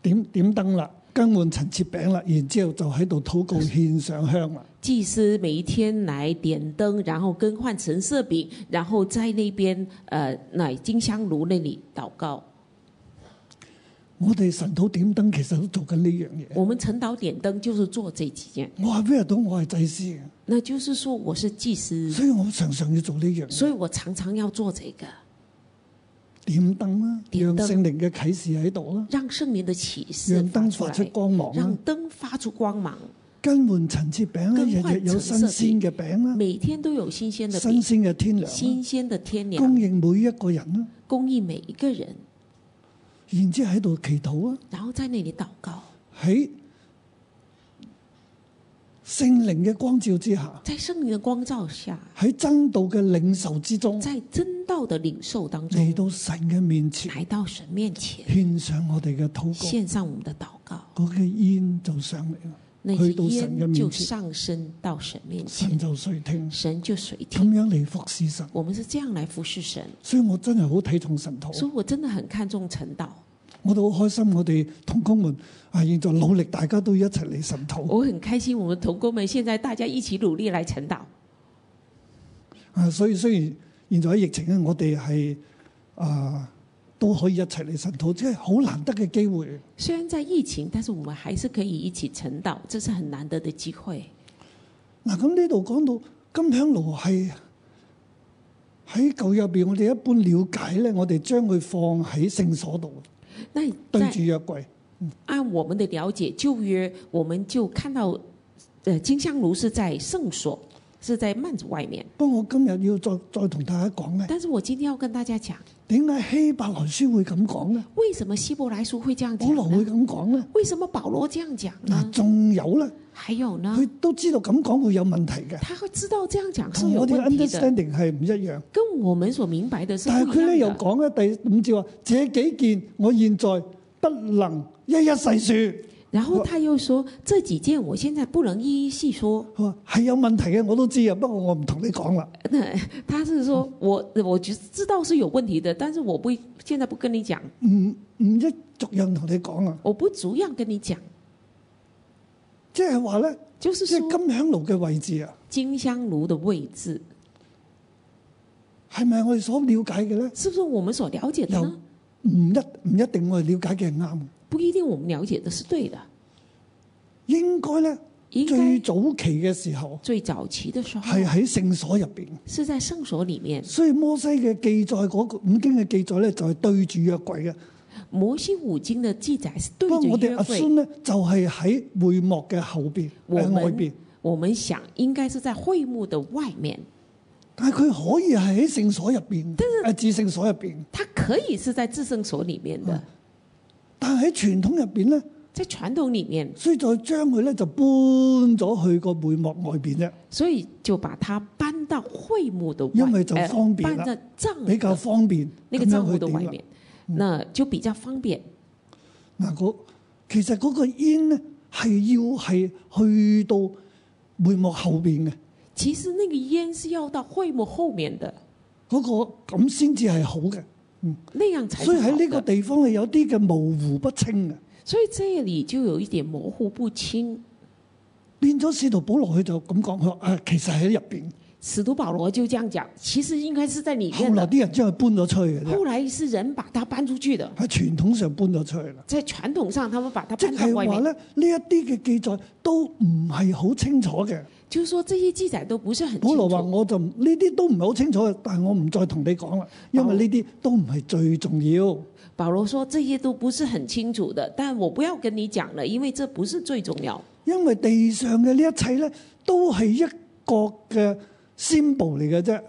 [SPEAKER 2] 點點燈啦，更換陳設餅啦，然之後就喺度禱告獻上香啦。
[SPEAKER 3] 祭司每一天来点灯，然后更换陈设饼，然后在那边呃，那金香炉那里祷告。
[SPEAKER 2] 我哋神土點燈其實都做緊呢樣嘢。
[SPEAKER 3] 我们晨祷点灯就是做这几件，
[SPEAKER 2] 我係咩到我係祭司嘅，
[SPEAKER 3] 那就是说我是祭司，
[SPEAKER 2] 所以我常常要做呢樣嘢
[SPEAKER 3] 所以我常常要做這個，
[SPEAKER 2] 點燈啦，
[SPEAKER 3] 點
[SPEAKER 2] 讓
[SPEAKER 3] 燈
[SPEAKER 2] 聖靈嘅啟示喺度啦，
[SPEAKER 3] 讓聖靈的啟示
[SPEAKER 2] 讓
[SPEAKER 3] 發
[SPEAKER 2] 燈
[SPEAKER 3] 出
[SPEAKER 2] 發出
[SPEAKER 3] 來，
[SPEAKER 2] 光芒啦
[SPEAKER 3] 讓，燈發出光芒。
[SPEAKER 2] 更換陳設餅啦，
[SPEAKER 3] 更換
[SPEAKER 2] 日日有新
[SPEAKER 3] 橙色
[SPEAKER 2] 鮮嘅餅啦，
[SPEAKER 3] 每天都有新鮮的
[SPEAKER 2] 新
[SPEAKER 3] 餅，
[SPEAKER 2] 鮮嘅天糧啦
[SPEAKER 3] 新鮮的天
[SPEAKER 2] 供
[SPEAKER 3] 糧
[SPEAKER 2] 應每一個人啦，
[SPEAKER 3] 供應每一個人，
[SPEAKER 2] 然之後喺度祈啊禱啦，
[SPEAKER 3] 然後在那裡禱告，
[SPEAKER 2] 喺聖靈嘅光照之下，
[SPEAKER 3] 在聖靈的光照下，
[SPEAKER 2] 喺爭道嘅領受之中，
[SPEAKER 3] 在真道的領受當
[SPEAKER 2] 嚟
[SPEAKER 3] 中，
[SPEAKER 2] 到神嘅面前
[SPEAKER 3] 來到神面前，
[SPEAKER 2] 獻上我哋嘅禱告。
[SPEAKER 3] 獻上我們的禱告，
[SPEAKER 2] 嗰嘅煙就上嚟啦，
[SPEAKER 3] 那
[SPEAKER 2] 去
[SPEAKER 3] 些
[SPEAKER 2] 到神嘅
[SPEAKER 3] 煙就
[SPEAKER 2] 面前，
[SPEAKER 3] 上升到神面
[SPEAKER 2] 神
[SPEAKER 3] 前，
[SPEAKER 2] 就垂聽，
[SPEAKER 3] 神就垂
[SPEAKER 2] 咁
[SPEAKER 3] 聽。
[SPEAKER 2] 樣嚟服侍神。
[SPEAKER 3] 我們是這樣來服侍神，
[SPEAKER 2] 所以我真係好睇重神道，
[SPEAKER 3] 所以我真的很看重晨道。
[SPEAKER 2] 我都好開心。我哋同工們啊，現在努力，大家都一齊嚟神道
[SPEAKER 3] 我很开心，我们同工们现在大家一起努力来晨祷。
[SPEAKER 2] 啊。所以雖然現在喺疫情咧，我哋係啊都可以一齊嚟神道，即係好難得嘅機會。
[SPEAKER 3] 虽然在疫情，但是我们还是可以一起晨祷，这是很难得的机会。
[SPEAKER 2] 嗱，咁呢度講到金香爐係喺舊入邊，我哋一般了解咧，我哋將佢放喺聖所度，
[SPEAKER 3] 那
[SPEAKER 2] 對
[SPEAKER 3] 在
[SPEAKER 2] 住約櫃。
[SPEAKER 3] 按我们的了解，旧约我们就看到，呃，金香炉是在圣所，是在幔子外面。
[SPEAKER 2] 不過我今日要再再同大家講咧，
[SPEAKER 3] 但是我今天要跟大家講，
[SPEAKER 2] 點解希伯來書會咁講咧？
[SPEAKER 3] 为什么希伯来书会这样
[SPEAKER 2] 保羅
[SPEAKER 3] 講
[SPEAKER 2] 會
[SPEAKER 3] 呢？
[SPEAKER 2] 咁講咧？
[SPEAKER 3] 为什么保罗这样講
[SPEAKER 2] 嗱，
[SPEAKER 3] 呢？
[SPEAKER 2] 仲有咧，
[SPEAKER 3] 还有呢，
[SPEAKER 2] 佢都知道咁講會有問題嘅，
[SPEAKER 3] 他会知道這樣講是
[SPEAKER 2] 同
[SPEAKER 3] 有
[SPEAKER 2] 我哋嘅
[SPEAKER 3] 問題的，
[SPEAKER 2] understanding 係唔一樣。
[SPEAKER 3] 跟我們所明白的是
[SPEAKER 2] 但係
[SPEAKER 3] 不一
[SPEAKER 2] 佢咧又
[SPEAKER 3] 樣的。
[SPEAKER 2] 講咧第五節話：這幾件我現在不能一一細説。
[SPEAKER 3] 然后他又说这几件我现在不能一一细说。
[SPEAKER 2] 佢話係有問題嘅，我都知啊，不過我唔同你講啦。
[SPEAKER 3] 那他是说我我就知道是有问题的，但是我不现在不跟你讲，
[SPEAKER 2] 唔唔一逐樣同你講啊，
[SPEAKER 3] 我不逐样跟你讲，
[SPEAKER 2] 即係話咧，
[SPEAKER 3] 就是
[SPEAKER 2] 即
[SPEAKER 3] 说
[SPEAKER 2] 係金香爐嘅位置啊，
[SPEAKER 3] 金香炉的位置
[SPEAKER 2] 係咪我哋所了解嘅咧？
[SPEAKER 3] 是不是我们所了解的呢？
[SPEAKER 2] 唔一唔一定我哋了解嘅係啱嘅。
[SPEAKER 3] 不一定我们了解的是对的。
[SPEAKER 2] 應該咧，
[SPEAKER 3] 應該哦
[SPEAKER 2] 最早期嘅時候
[SPEAKER 3] 最早期的时候
[SPEAKER 2] 係喺聖所入邊，
[SPEAKER 3] 是在圣所里面，
[SPEAKER 2] 所以摩西嘅記載嗰、個五經嘅記載咧就係對住約櫃嘅。
[SPEAKER 3] 摩西五经的记载是
[SPEAKER 2] 不
[SPEAKER 3] 对
[SPEAKER 2] 過
[SPEAKER 3] 着
[SPEAKER 2] 我哋
[SPEAKER 3] 约
[SPEAKER 2] 阿
[SPEAKER 3] 柜。
[SPEAKER 2] 孫咧就係喺會幕嘅後邊
[SPEAKER 3] 我
[SPEAKER 2] 喺
[SPEAKER 3] 們
[SPEAKER 2] 外邊，
[SPEAKER 3] 我们想应该是在会幕的外面，
[SPEAKER 2] 但係佢可以係喺聖所入邊，誒至聖所入邊。
[SPEAKER 3] 它可以是在至圣所里面
[SPEAKER 2] 啊
[SPEAKER 3] 的，
[SPEAKER 2] 但係喺傳統入邊咧，
[SPEAKER 3] 在传统里面，
[SPEAKER 2] 所以再將佢咧就搬咗去個會幕外邊啫，
[SPEAKER 3] 所以就把它搬到会幕的外，
[SPEAKER 2] 因為就
[SPEAKER 3] 呃
[SPEAKER 2] 方便了
[SPEAKER 3] 搬到帐
[SPEAKER 2] 比較
[SPEAKER 3] 的
[SPEAKER 2] 方便
[SPEAKER 3] 那
[SPEAKER 2] 咁
[SPEAKER 3] 个帐
[SPEAKER 2] 樣
[SPEAKER 3] 户
[SPEAKER 2] 去
[SPEAKER 3] 的
[SPEAKER 2] 點啊
[SPEAKER 3] 外
[SPEAKER 2] 啦。嗯
[SPEAKER 3] 面，那就比较方便。
[SPEAKER 2] 嗱，嗰其實嗰個煙咧係要係去到會幕後邊嘅，
[SPEAKER 3] 其實那個煙是要到會幕後面的，
[SPEAKER 2] 嗰、個咁先至係好嘅。
[SPEAKER 3] 那樣才是
[SPEAKER 2] 所以喺呢
[SPEAKER 3] 好
[SPEAKER 2] 個
[SPEAKER 3] 的
[SPEAKER 2] 地方係有啲嘅模糊不清嘅，
[SPEAKER 3] 所以這里就有一點模糊不清。
[SPEAKER 2] 變咗使徒保羅佢就咁講，佢話啊其實喺入邊，
[SPEAKER 3] 使徒保羅就這樣講，其實應該是在裡
[SPEAKER 2] 後
[SPEAKER 3] 面
[SPEAKER 2] 來
[SPEAKER 3] 的。
[SPEAKER 2] 啲人將佢搬咗出去嘅啫，
[SPEAKER 3] 後來是人把它搬出去的，
[SPEAKER 2] 喺傳統上搬咗出去啦。
[SPEAKER 3] 在傳統上他們把它
[SPEAKER 2] 即
[SPEAKER 3] 搬到
[SPEAKER 2] 係
[SPEAKER 3] 外
[SPEAKER 2] 話
[SPEAKER 3] 面，
[SPEAKER 2] 咧，呢一啲嘅記載都唔係好清楚嘅。
[SPEAKER 3] 就是說這些記載都不是很
[SPEAKER 2] 保
[SPEAKER 3] 清
[SPEAKER 2] 羅話：
[SPEAKER 3] 楚。
[SPEAKER 2] 我就唔呢啲都唔係好清楚嘅，但係我唔再同你講啦，因為呢啲都唔係最重要。
[SPEAKER 3] 保羅說這些都不是很清楚的，但我不要跟你講了，因為這不是最重要。
[SPEAKER 2] 因為地上嘅呢一切咧，都係一個嘅 symbol 嚟嘅啫。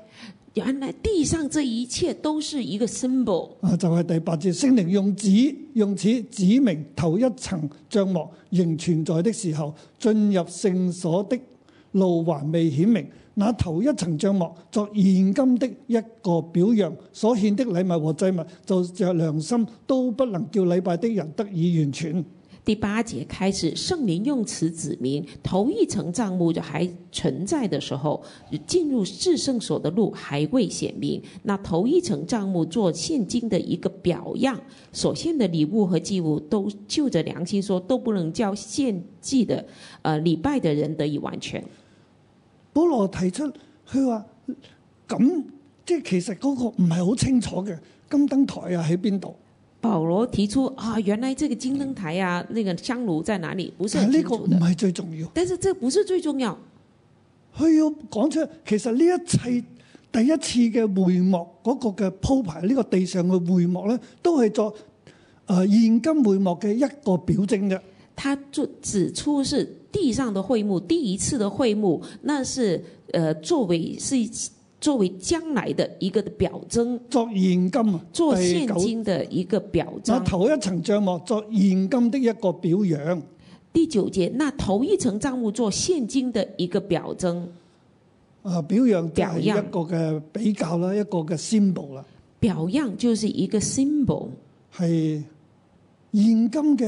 [SPEAKER 3] 原來地上這一切都是一個 symbol，
[SPEAKER 2] 啊，就係、第八節，聖靈用指用此指明頭一層帳幕仍存在的時候，進入聖所的路還未顯明。那頭一層帳幕作現今的一個表樣，所獻的禮物和祭物，就着良心都不能叫禮拜的人得以完全。
[SPEAKER 3] 第八节开始，圣灵用词指明头一层账目还存在的时候，进入至圣所的路还未显明。那头一层账目做现今的一个表样，所献的礼物和祭物都就着良心说，都不能叫献祭的呃礼拜的人得以完全。
[SPEAKER 2] 保羅提出佢話咁，即係其實嗰個唔係好清楚嘅金燈台啊喺邊度？
[SPEAKER 3] 保罗提出啊，原来这个金灯台啊，那个香炉在哪里？不是
[SPEAKER 2] 但
[SPEAKER 3] 很
[SPEAKER 2] 係呢
[SPEAKER 3] 清
[SPEAKER 2] 個
[SPEAKER 3] 楚
[SPEAKER 2] 唔
[SPEAKER 3] 的。
[SPEAKER 2] 係最重要，
[SPEAKER 3] 但是这不是最重要，
[SPEAKER 2] 佢要講出其實呢一切第一次嘅會幕嗰、個嘅鋪排，呢、個地上嘅會幕咧，都係作诶、呃、现今會幕嘅一個表徵啫。
[SPEAKER 3] 他就指出是地上的会幕，第一次的会幕，那是呃作为是作为将来的一个表征，
[SPEAKER 2] 作現今啊，
[SPEAKER 3] 做
[SPEAKER 2] 第
[SPEAKER 3] 现
[SPEAKER 2] 九
[SPEAKER 3] 今的一个表
[SPEAKER 2] 那
[SPEAKER 3] 彰。
[SPEAKER 2] 頭一層帳幕作現今的一個表揚。
[SPEAKER 3] 第九节，那头一层账目做现今的一个表征，
[SPEAKER 2] 啊，表揚就係
[SPEAKER 3] 表
[SPEAKER 2] 一
[SPEAKER 3] 揚
[SPEAKER 2] 個嘅比較啦，一個嘅 symbol 啦，
[SPEAKER 3] 表样就是一个 symbol。
[SPEAKER 2] 係現今嘅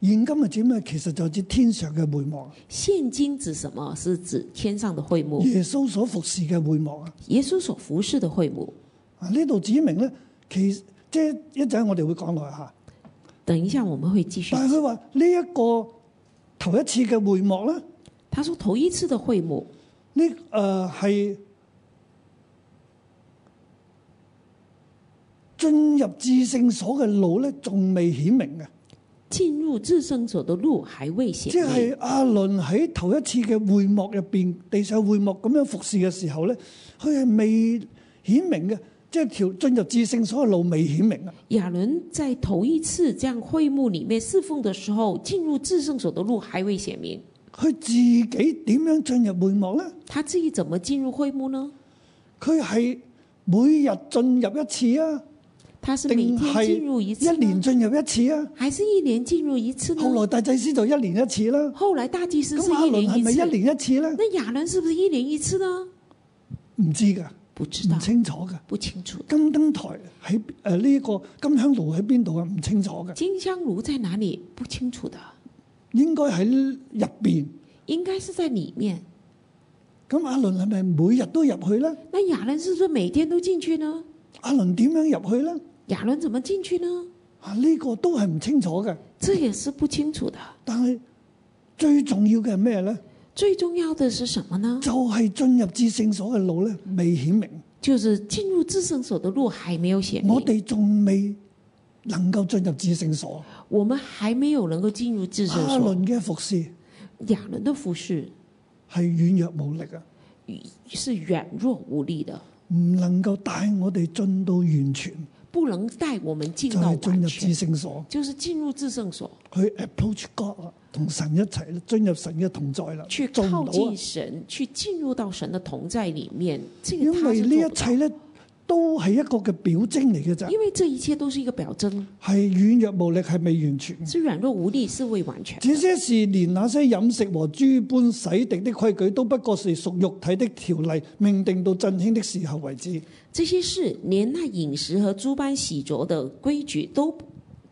[SPEAKER 2] 現今係指咩？其實就指天上嘅會幕啊，
[SPEAKER 3] 现今指什么？是指天上的会幕，
[SPEAKER 2] 耶穌所服侍嘅會幕啊。
[SPEAKER 3] 耶稣所服侍的会幕。
[SPEAKER 2] 啊，呢度指明咧，其即係一陣我哋會講落去嚇。
[SPEAKER 3] 等一下我们会继续。
[SPEAKER 2] 但係佢話呢一個頭一次嘅會幕咧，
[SPEAKER 3] 他说头一次的会幕
[SPEAKER 2] 呢誒係進入至聖所嘅路咧，仲未顯明嘅。
[SPEAKER 3] 进入至圣所的路还未显
[SPEAKER 2] 即
[SPEAKER 3] 明，
[SPEAKER 2] 係阿倫喺頭一次嘅會幕入邊，地上會幕咁樣服侍嘅時候咧，佢係未顯明嘅，即係條進入至聖所嘅路未顯明啊！
[SPEAKER 3] 亚伦在头一次这样会幕里面侍奉的时候，进入至圣所的路还未显明。
[SPEAKER 2] 佢自己點樣進入會幕咧？
[SPEAKER 3] 他自己怎么进入会幕呢？
[SPEAKER 2] 佢係每日進入一次啊，
[SPEAKER 3] 他是每
[SPEAKER 2] 定
[SPEAKER 3] 天
[SPEAKER 2] 係
[SPEAKER 3] 进入一次啊
[SPEAKER 2] 一年
[SPEAKER 3] 呢，
[SPEAKER 2] 進入一次啊？
[SPEAKER 3] 还是一年进入一次呢？
[SPEAKER 2] 後來大祭司就一年一次啦。
[SPEAKER 3] 后来大祭司是
[SPEAKER 2] 咁阿
[SPEAKER 3] 一
[SPEAKER 2] 倫
[SPEAKER 3] 年
[SPEAKER 2] 係咪
[SPEAKER 3] 次，
[SPEAKER 2] 一年一次咧？
[SPEAKER 3] 那亚伦是不是一年一次呢？
[SPEAKER 2] 唔知㗎，
[SPEAKER 3] 不知道
[SPEAKER 2] 唔，清楚㗎。
[SPEAKER 3] 不清楚。
[SPEAKER 2] 金燈台喺誒呢個金香爐喺邊度啊？唔清楚㗎，
[SPEAKER 3] 金香炉在哪里？不清楚的，
[SPEAKER 2] 應該喺入邊。
[SPEAKER 3] 应该是在里面。
[SPEAKER 2] 咁阿倫係咪每日都入去咧？
[SPEAKER 3] 那亚伦是不是每天都进去呢？
[SPEAKER 2] 阿倫點樣入去咧？
[SPEAKER 3] 亚伦怎么进去呢？
[SPEAKER 2] 啊，呢、個都係唔清楚嘅。
[SPEAKER 3] 这也是不清楚的。
[SPEAKER 2] 但係最重要嘅係咩咧？
[SPEAKER 3] 最重要的是什么呢？
[SPEAKER 2] 就係、進入至聖所嘅路咧，未顯明。
[SPEAKER 3] 就是进入至圣所的路还没有显明，
[SPEAKER 2] 我哋仲未能夠進入至聖所。
[SPEAKER 3] 我们还没有能够进入至圣
[SPEAKER 2] 阿
[SPEAKER 3] 所。
[SPEAKER 2] 倫嘅服侍
[SPEAKER 3] 亚伦的服饰
[SPEAKER 2] 係軟弱無力啊，
[SPEAKER 3] 是软弱无力的，
[SPEAKER 2] 唔能夠帶我哋進到完全，
[SPEAKER 3] 不能带我们进
[SPEAKER 2] 就
[SPEAKER 3] 到
[SPEAKER 2] 係、進
[SPEAKER 3] 完
[SPEAKER 2] 入
[SPEAKER 3] 全，
[SPEAKER 2] 至聖所。
[SPEAKER 3] 就是进入至圣所。
[SPEAKER 2] 去 approach God 啦，同神一齊啦進入神嘅同在啦，
[SPEAKER 3] 去
[SPEAKER 2] 做
[SPEAKER 3] 靠
[SPEAKER 2] 唔到啊
[SPEAKER 3] 近！神，去进入到神的同在里面，这
[SPEAKER 2] 因
[SPEAKER 3] 个他
[SPEAKER 2] 為
[SPEAKER 3] 是
[SPEAKER 2] 呢
[SPEAKER 3] 做
[SPEAKER 2] 一
[SPEAKER 3] 不到
[SPEAKER 2] 切咧都係一個嘅表徵嚟嘅咋。
[SPEAKER 3] 因为这一切都是一个表征，
[SPEAKER 2] 係軟弱無力，係未完全。
[SPEAKER 3] 是软弱无力，是未完全。
[SPEAKER 2] 這些事連那些飲食和諸般洗滌的規矩，都不過是屬肉體的條例，命定到振興的時候為止。
[SPEAKER 3] 这些事，连那饮食和诸般洗濯的规矩，都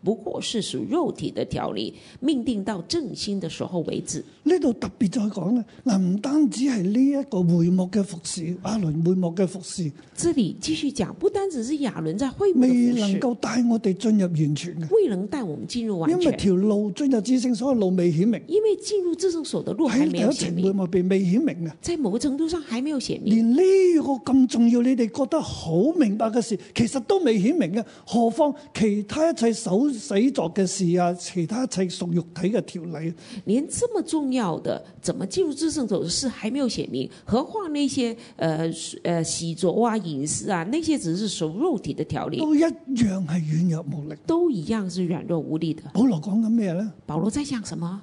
[SPEAKER 3] 不过是属肉体的条例，命定到正心的时候为止。
[SPEAKER 2] 呢度特別再講咧，嗱唔單止係呢一個會幕嘅服侍，阿倫會幕嘅服侍，
[SPEAKER 3] 这里继续讲，不单只是亚伦在会幕的
[SPEAKER 2] 未
[SPEAKER 3] 服
[SPEAKER 2] 能
[SPEAKER 3] 侍，
[SPEAKER 2] 夠帶我哋進入完全嘅，
[SPEAKER 3] 未能带我们进入完
[SPEAKER 2] 因為
[SPEAKER 3] 全，
[SPEAKER 2] 條路進入至聖所嘅路未顯明，
[SPEAKER 3] 因为进入至圣所的路还
[SPEAKER 2] 喺第
[SPEAKER 3] 没有
[SPEAKER 2] 一
[SPEAKER 3] 显
[SPEAKER 2] 程會
[SPEAKER 3] 明，
[SPEAKER 2] 幕入邊未顯明嘅。啊
[SPEAKER 3] 在某个程度上还没有显明。
[SPEAKER 2] 連呢個咁重要，你哋覺得好明白嘅事，其實都未顯明嘅。何況其他一切手洗作嘅事啊，其他一切屬肉體嘅條例，啊
[SPEAKER 3] 连这么重要的怎么进入至圣所的事还没有写明，何况那些呃呃洗濯啊、饮食啊那些只是属肉体的条例，
[SPEAKER 2] 都一樣係軟弱無力。
[SPEAKER 3] 都一样是软弱无力的。
[SPEAKER 2] 保羅講緊咩呢？
[SPEAKER 3] 保罗在想什么？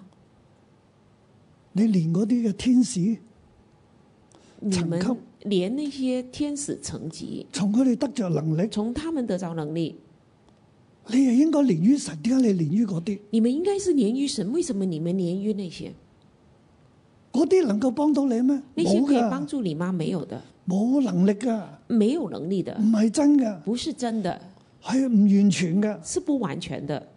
[SPEAKER 2] 你連嗰啲嘅天使，
[SPEAKER 3] 你们
[SPEAKER 2] 层级
[SPEAKER 3] 连那些天使层级，
[SPEAKER 2] 從佢哋得着能力，
[SPEAKER 3] 从他们得着能力，
[SPEAKER 2] 你係應該連於神，點解你連於嗰啲？
[SPEAKER 3] 你们应该是连于神，为什么你们连于那些？
[SPEAKER 2] 嗰啲能夠幫到你咩？
[SPEAKER 3] 那些
[SPEAKER 2] 冇
[SPEAKER 3] 可以帮
[SPEAKER 2] 㗎，
[SPEAKER 3] 助你吗？没有的，
[SPEAKER 2] 冇能力㗎，
[SPEAKER 3] 没有能力的
[SPEAKER 2] 唔，係真㗎，
[SPEAKER 3] 不是真的，
[SPEAKER 2] 係唔完全㗎。
[SPEAKER 3] 是不完全的。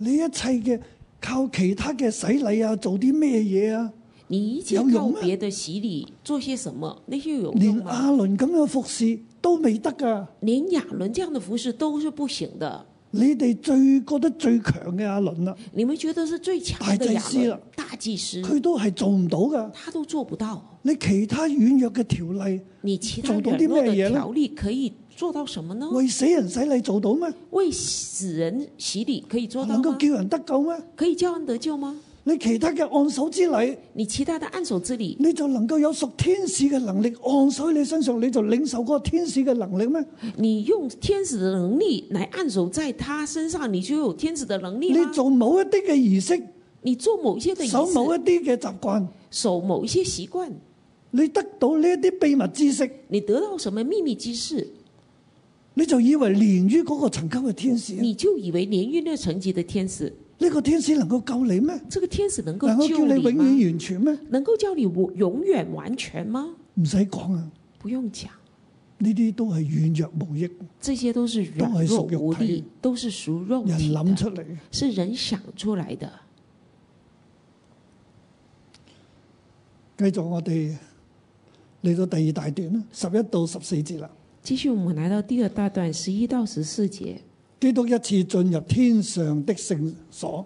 [SPEAKER 2] 你一切嘅靠其他嘅洗禮啊，做啲咩嘢啊？
[SPEAKER 3] 你一切
[SPEAKER 2] 有
[SPEAKER 3] 靠
[SPEAKER 2] 用吗
[SPEAKER 3] 别的洗礼做些什么，那些有用啊
[SPEAKER 2] 連
[SPEAKER 3] 吗？
[SPEAKER 2] 阿倫咁樣服侍都未得噶。
[SPEAKER 3] 连亚伦这样的服饰都是不行的。
[SPEAKER 2] 你哋最覺得最強嘅阿啊倫啦，
[SPEAKER 3] 你们觉得是最强的
[SPEAKER 2] 大祭
[SPEAKER 3] 亚
[SPEAKER 2] 司
[SPEAKER 3] 伦
[SPEAKER 2] 了
[SPEAKER 3] 大祭司，
[SPEAKER 2] 佢都係做唔到噶。
[SPEAKER 3] 他都做不到。
[SPEAKER 2] 你其他軟弱嘅條例，
[SPEAKER 3] 你其他
[SPEAKER 2] 做到
[SPEAKER 3] 软
[SPEAKER 2] 啲
[SPEAKER 3] 弱
[SPEAKER 2] 咩
[SPEAKER 3] 的
[SPEAKER 2] 嘢呢
[SPEAKER 3] 条例可以做到什么呢？
[SPEAKER 2] 為死人洗禮做到咩？
[SPEAKER 3] 为死人洗礼可以做到啊
[SPEAKER 2] 能
[SPEAKER 3] 吗
[SPEAKER 2] 夠？叫人得救咩？
[SPEAKER 3] 可以叫人得救吗？
[SPEAKER 2] 你其他嘅按手之禮，
[SPEAKER 3] 你其他的按手之礼，
[SPEAKER 2] 你就能夠有屬天使嘅能力按手喺你身上，你就領受嗰個天使嘅能力咩？
[SPEAKER 3] 你用天使的能力来按手在他身上，你就有天使的能力
[SPEAKER 2] 你
[SPEAKER 3] 啦。
[SPEAKER 2] 做某一啲嘅儀式，
[SPEAKER 3] 你做某一些的仪式，
[SPEAKER 2] 守某一啲嘅習慣，
[SPEAKER 3] 守某一些习惯，
[SPEAKER 2] 你得到呢一啲秘密知識，
[SPEAKER 3] 你得到什么秘密知识，
[SPEAKER 2] 你就以為連於嗰個層級嘅天使，呢、
[SPEAKER 3] 你就以为连运那层级的天使，
[SPEAKER 2] 個天使能夠救你咩？
[SPEAKER 3] 这个天使能够
[SPEAKER 2] 能夠
[SPEAKER 3] 救
[SPEAKER 2] 叫你
[SPEAKER 3] 你
[SPEAKER 2] 永
[SPEAKER 3] 吗？
[SPEAKER 2] 遠完全咩？
[SPEAKER 3] 能够叫你永永远完全吗？
[SPEAKER 2] 唔使講啊，
[SPEAKER 3] 不用讲，
[SPEAKER 2] 呢啲都係軟弱無益，
[SPEAKER 3] 这些都是软
[SPEAKER 2] 都是
[SPEAKER 3] 弱
[SPEAKER 2] 属肉
[SPEAKER 3] 无
[SPEAKER 2] 体
[SPEAKER 3] 力，都是属肉
[SPEAKER 2] 人
[SPEAKER 3] 体
[SPEAKER 2] 諗
[SPEAKER 3] 的，
[SPEAKER 2] 出嚟嘅。
[SPEAKER 3] 是人想出来的。
[SPEAKER 2] 繼續我哋嚟到第二大段啦，十一到十四節啦。
[SPEAKER 3] 继续，我们来到第二大段十一到十四节，
[SPEAKER 2] 基督一次進入天上的聖所，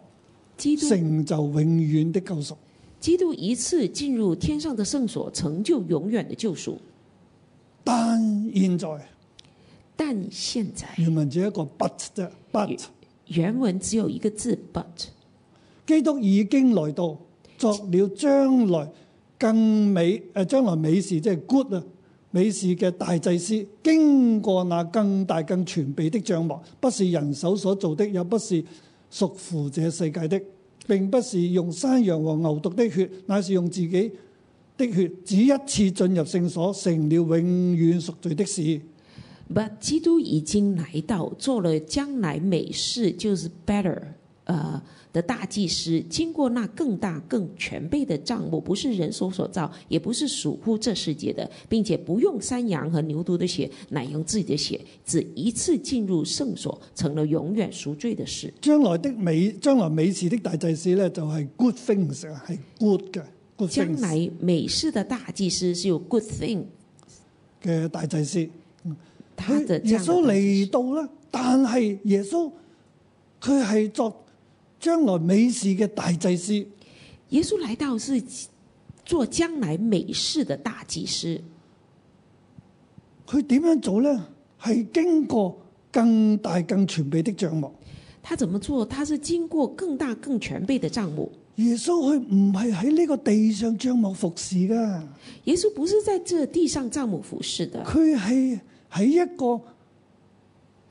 [SPEAKER 3] 基督
[SPEAKER 2] 成就永遠的救贖。
[SPEAKER 3] 基督一次进入天上的圣所，成就永远的救赎。
[SPEAKER 2] 但現在
[SPEAKER 3] 但现在
[SPEAKER 2] 原文只有一個 but 啫，but
[SPEAKER 3] 原文只有一个字 but，
[SPEAKER 2] 基督已經來到，作了將來更美誒、呃、將來美事即係 good 啊美事嘅大祭司，經過那更大更全備的帳幕，不是人手所做的，也不是屬乎這世界的，並不是用山羊和牛犢的血，乃是用自己的血，只一次進入聖所，成了永遠贖罪的事。
[SPEAKER 3] But 基督已经来到，做了将来美事，就是 better，呃的大祭司，经过那更大更全备的账目，不是人手所造，也不是属乎这世界的，并且不用山羊和牛犊的血，乃用自己的血，只一次进入圣所，成了永远赎罪的事。
[SPEAKER 2] 將來的美，將來美事的大祭司呢，就係、good things 啊，係 good 嘅 good
[SPEAKER 3] 将
[SPEAKER 2] things
[SPEAKER 3] 来美事的大祭司是有 good thing，
[SPEAKER 2] 嘅大祭司。
[SPEAKER 3] 他的
[SPEAKER 2] 耶
[SPEAKER 3] 这样的
[SPEAKER 2] 穌
[SPEAKER 3] 大祭
[SPEAKER 2] 嚟
[SPEAKER 3] 司
[SPEAKER 2] 到啦，但係耶穌佢係作將來美事嘅大祭司，
[SPEAKER 3] 耶稣来到是做将来美事的大祭司。
[SPEAKER 2] 佢點樣做呢？係經過更大更全備的帳幕。
[SPEAKER 3] 他怎么做？他是经过更大更全备的账目。
[SPEAKER 2] 耶穌佢唔係喺呢個地上帳幕服侍噶，
[SPEAKER 3] 耶稣不是在这地上账目服侍的，
[SPEAKER 2] 佢係喺一個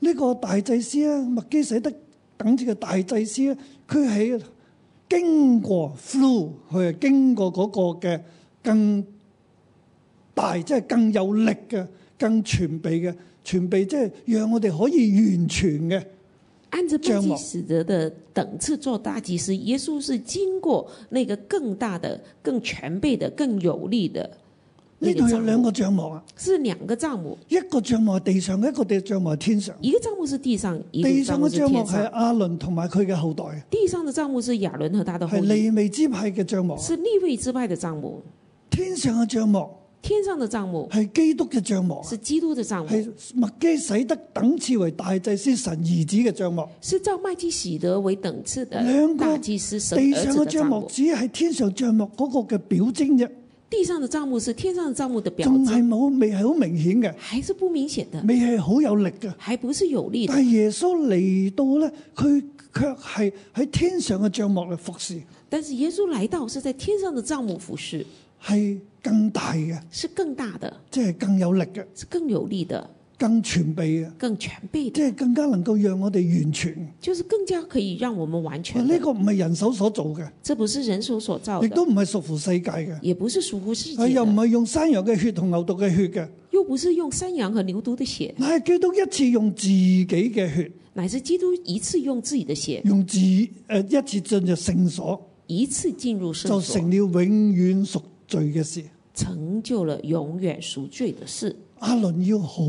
[SPEAKER 2] 呢、個大祭司啊，麥基洗德等住嘅大祭司啊，佢係經過 flu，佢係經過嗰個嘅更大，即係更有力嘅、更全備嘅全備，即係讓我哋可以完全嘅。
[SPEAKER 3] 按着
[SPEAKER 2] 帐
[SPEAKER 3] 被
[SPEAKER 2] 幕
[SPEAKER 3] 祭司的等次做大祭司，耶稣是经过那个更大的、更全备的、更有力的
[SPEAKER 2] 呢
[SPEAKER 3] 那
[SPEAKER 2] 度
[SPEAKER 3] 个
[SPEAKER 2] 有
[SPEAKER 3] 账
[SPEAKER 2] 兩
[SPEAKER 3] 目，
[SPEAKER 2] 個帳幕啊，
[SPEAKER 3] 是两个账目，
[SPEAKER 2] 一個帳幕係地上，一個地帳幕係天上。
[SPEAKER 3] 一个账目是地上，一
[SPEAKER 2] 地
[SPEAKER 3] 个
[SPEAKER 2] 上嘅
[SPEAKER 3] 账目是
[SPEAKER 2] 帳幕
[SPEAKER 3] 天
[SPEAKER 2] 係
[SPEAKER 3] 上。
[SPEAKER 2] 阿倫同埋佢嘅後代，啊
[SPEAKER 3] 地上的账目是亚伦和他的后
[SPEAKER 2] 係
[SPEAKER 3] 裔，
[SPEAKER 2] 利未支派嘅帳幕；
[SPEAKER 3] 是立位之外的账目；
[SPEAKER 2] 天上嘅帳幕
[SPEAKER 3] 天上的账目
[SPEAKER 2] 係基督嘅帳幕。啊
[SPEAKER 3] 是基督的账目，
[SPEAKER 2] 係麥基洗德等次為大祭司神兒子嘅帳幕，
[SPEAKER 3] 是照麦基喜德为等次的
[SPEAKER 2] 两个
[SPEAKER 3] 大祭司神
[SPEAKER 2] 地
[SPEAKER 3] 儿
[SPEAKER 2] 上
[SPEAKER 3] 子
[SPEAKER 2] 嘅
[SPEAKER 3] 的
[SPEAKER 2] 帳
[SPEAKER 3] 账
[SPEAKER 2] 幕
[SPEAKER 3] 目。
[SPEAKER 2] 只係天上帳幕嗰個嘅表徵啫，
[SPEAKER 3] 地上的账目是天上的账目的表
[SPEAKER 2] 仲
[SPEAKER 3] 嗯征，
[SPEAKER 2] 係冇未係好明顯嘅，
[SPEAKER 3] 还是不明显的，
[SPEAKER 2] 未係好有力嘅。
[SPEAKER 3] 还不是有力的。
[SPEAKER 2] 但係耶穌嚟到咧，佢卻係喺天上嘅帳幕嚟服侍，
[SPEAKER 3] 但是耶稣来到是在天上的账目服侍，
[SPEAKER 2] 係更大嘅，
[SPEAKER 3] 是更大的，
[SPEAKER 2] 即係更有力嘅，
[SPEAKER 3] 是更有力的，
[SPEAKER 2] 更全備嘅，
[SPEAKER 3] 更全备的，
[SPEAKER 2] 即係更加能夠讓我哋完全。
[SPEAKER 3] 就是更加可以让我们完全
[SPEAKER 2] 呢
[SPEAKER 3] 的。
[SPEAKER 2] 個唔係人手所做嘅，
[SPEAKER 3] 这不是人手所造
[SPEAKER 2] 亦
[SPEAKER 3] 的，
[SPEAKER 2] 都唔哎係屬乎世界嘅，
[SPEAKER 3] 也不是属乎世
[SPEAKER 2] 佢
[SPEAKER 3] 界
[SPEAKER 2] 啊又唔
[SPEAKER 3] 的，
[SPEAKER 2] 係用山羊嘅血同牛犢嘅血嘅。
[SPEAKER 3] 又不是用山羊和牛犊的血，
[SPEAKER 2] 乃係基督一次用自己嘅血，
[SPEAKER 3] 乃是基督一次用自己的血，
[SPEAKER 2] 用自呃一次進入聖所，
[SPEAKER 3] 一次进入圣
[SPEAKER 2] 就
[SPEAKER 3] 所
[SPEAKER 2] 成，了永遠贖罪嘅事。
[SPEAKER 3] 成就了永远赎罪的事。
[SPEAKER 2] 阿倫要好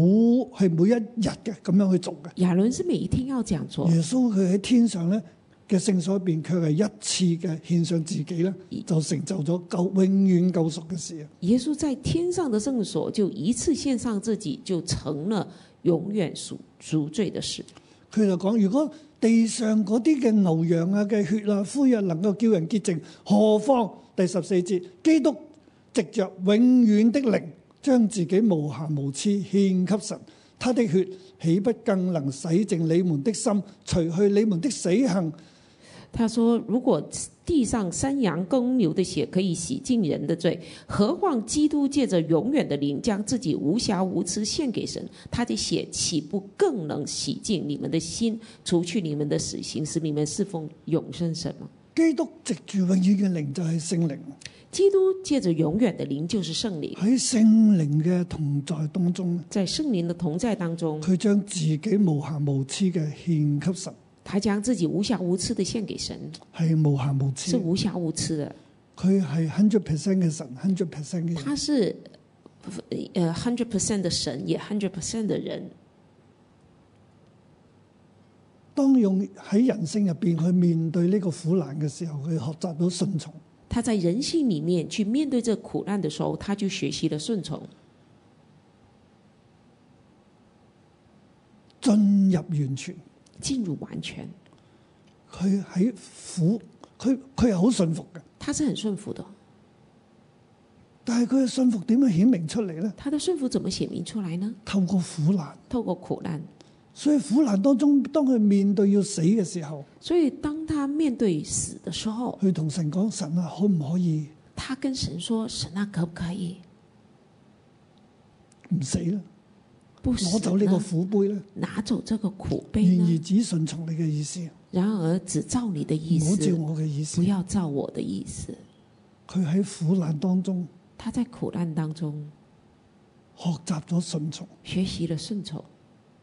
[SPEAKER 2] 係每一日嘅咁樣去做嘅。
[SPEAKER 3] 亚伦是每一天要这样做，
[SPEAKER 2] 耶穌佢喺天上咧嘅聖所入邊，卻係一次嘅獻上自己咧，就成就咗救永遠救贖嘅事啊！
[SPEAKER 3] 耶稣在天上的圣所就一次献上自己，就成了永远赎赎罪的事。
[SPEAKER 2] 佢就講：如果地上嗰啲嘅牛羊啊嘅血啊灰啊能夠叫人潔淨，何況第十四節，基督藉着永遠的靈，將自己無瑕無疵獻給神，他的血岂不更能洗净你们的心，除去你们的死行？
[SPEAKER 3] 他说：“如果地上山羊、公牛的血可以洗净人的罪，何况基督借着永远的灵，将自己无瑕无疵献给神，他的血岂不更能洗净你们的心，除去你们的死刑，使你们侍奉永生神吗？”
[SPEAKER 2] 基督藉住永遠嘅靈就係聖靈，
[SPEAKER 3] 基督借着永远的灵就是圣灵，
[SPEAKER 2] 喺聖靈嘅同在當中，
[SPEAKER 3] 在圣灵的同在当中，
[SPEAKER 2] 佢將自己無瑕無疵嘅獻給神，
[SPEAKER 3] 他将自己无瑕无疵的献给神，
[SPEAKER 2] 係無瑕無疵
[SPEAKER 3] 是。无瑕无疵的。
[SPEAKER 2] 佢係 hundred percent 嘅神，hundred percent 嘅人。
[SPEAKER 3] 他是呃 hundred percent 的神，也 hundred percent 的人。
[SPEAKER 2] 當用喺人性入邊去面對呢個苦難嘅時候，佢學習到順從。
[SPEAKER 3] 他在人性里面去面对这苦难的时候，他就学习了顺从，
[SPEAKER 2] 進入完全，
[SPEAKER 3] 进入完全。
[SPEAKER 2] 佢喺苦，佢佢係好信服嘅。
[SPEAKER 3] 他是很顺服的，
[SPEAKER 2] 但係佢嘅信服點樣顯明出嚟呢？
[SPEAKER 3] 他的顺服怎么显明出来呢？
[SPEAKER 2] 透過苦難，
[SPEAKER 3] 透过苦难。
[SPEAKER 2] 所以苦難當中，當佢面對要死嘅時候，
[SPEAKER 3] 所以当他面对死的时候，
[SPEAKER 2] 佢同神講：神啊，可唔可以
[SPEAKER 3] 他跟神说：“神啊，可不可以
[SPEAKER 2] 唔死呢？
[SPEAKER 3] 不死
[SPEAKER 2] 攞走呢個
[SPEAKER 3] 呢？
[SPEAKER 2] 苦杯呢？
[SPEAKER 3] 拿走這個苦杯
[SPEAKER 2] 然而
[SPEAKER 3] 呢？
[SPEAKER 2] 只順從你嘅意思，唔
[SPEAKER 3] 然而只照你的意
[SPEAKER 2] 好照
[SPEAKER 3] 思，
[SPEAKER 2] 我嘅意思
[SPEAKER 3] 不。要照我的意思。”
[SPEAKER 2] 佢喺苦難當中
[SPEAKER 3] 他在苦难当中
[SPEAKER 2] 學習咗順從，
[SPEAKER 3] 学习了顺从，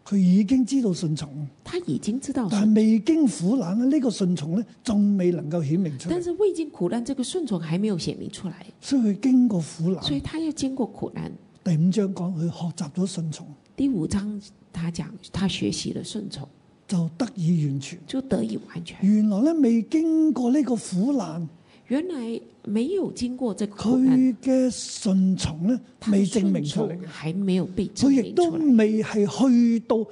[SPEAKER 2] 佢已經知道順從。
[SPEAKER 3] 他已经知道
[SPEAKER 2] 但
[SPEAKER 3] 顺，
[SPEAKER 2] 係未經苦難咧，呢、個順從咧，仲未能夠顯明出
[SPEAKER 3] 但
[SPEAKER 2] 嚟，
[SPEAKER 3] 是未经苦難，这个顺从还没有显明出来，
[SPEAKER 2] 所以佢經過苦
[SPEAKER 3] 所以
[SPEAKER 2] 難。
[SPEAKER 3] 他要经过苦难。
[SPEAKER 2] 第五章講佢學習咗順從，
[SPEAKER 3] 第五章他讲他学习了顺从，
[SPEAKER 2] 就得以完全。
[SPEAKER 3] 就得以完全。
[SPEAKER 2] 原來咧未經過呢個苦難，
[SPEAKER 3] 原来没有经过这个苦难，
[SPEAKER 2] 佢嘅順從咧
[SPEAKER 3] 他
[SPEAKER 2] 未
[SPEAKER 3] 的
[SPEAKER 2] 證明
[SPEAKER 3] 顺
[SPEAKER 2] 出嚟
[SPEAKER 3] 从
[SPEAKER 2] 嘅，
[SPEAKER 3] 还没有被证
[SPEAKER 2] 佢亦
[SPEAKER 3] 明
[SPEAKER 2] 都
[SPEAKER 3] 出来，
[SPEAKER 2] 未係去到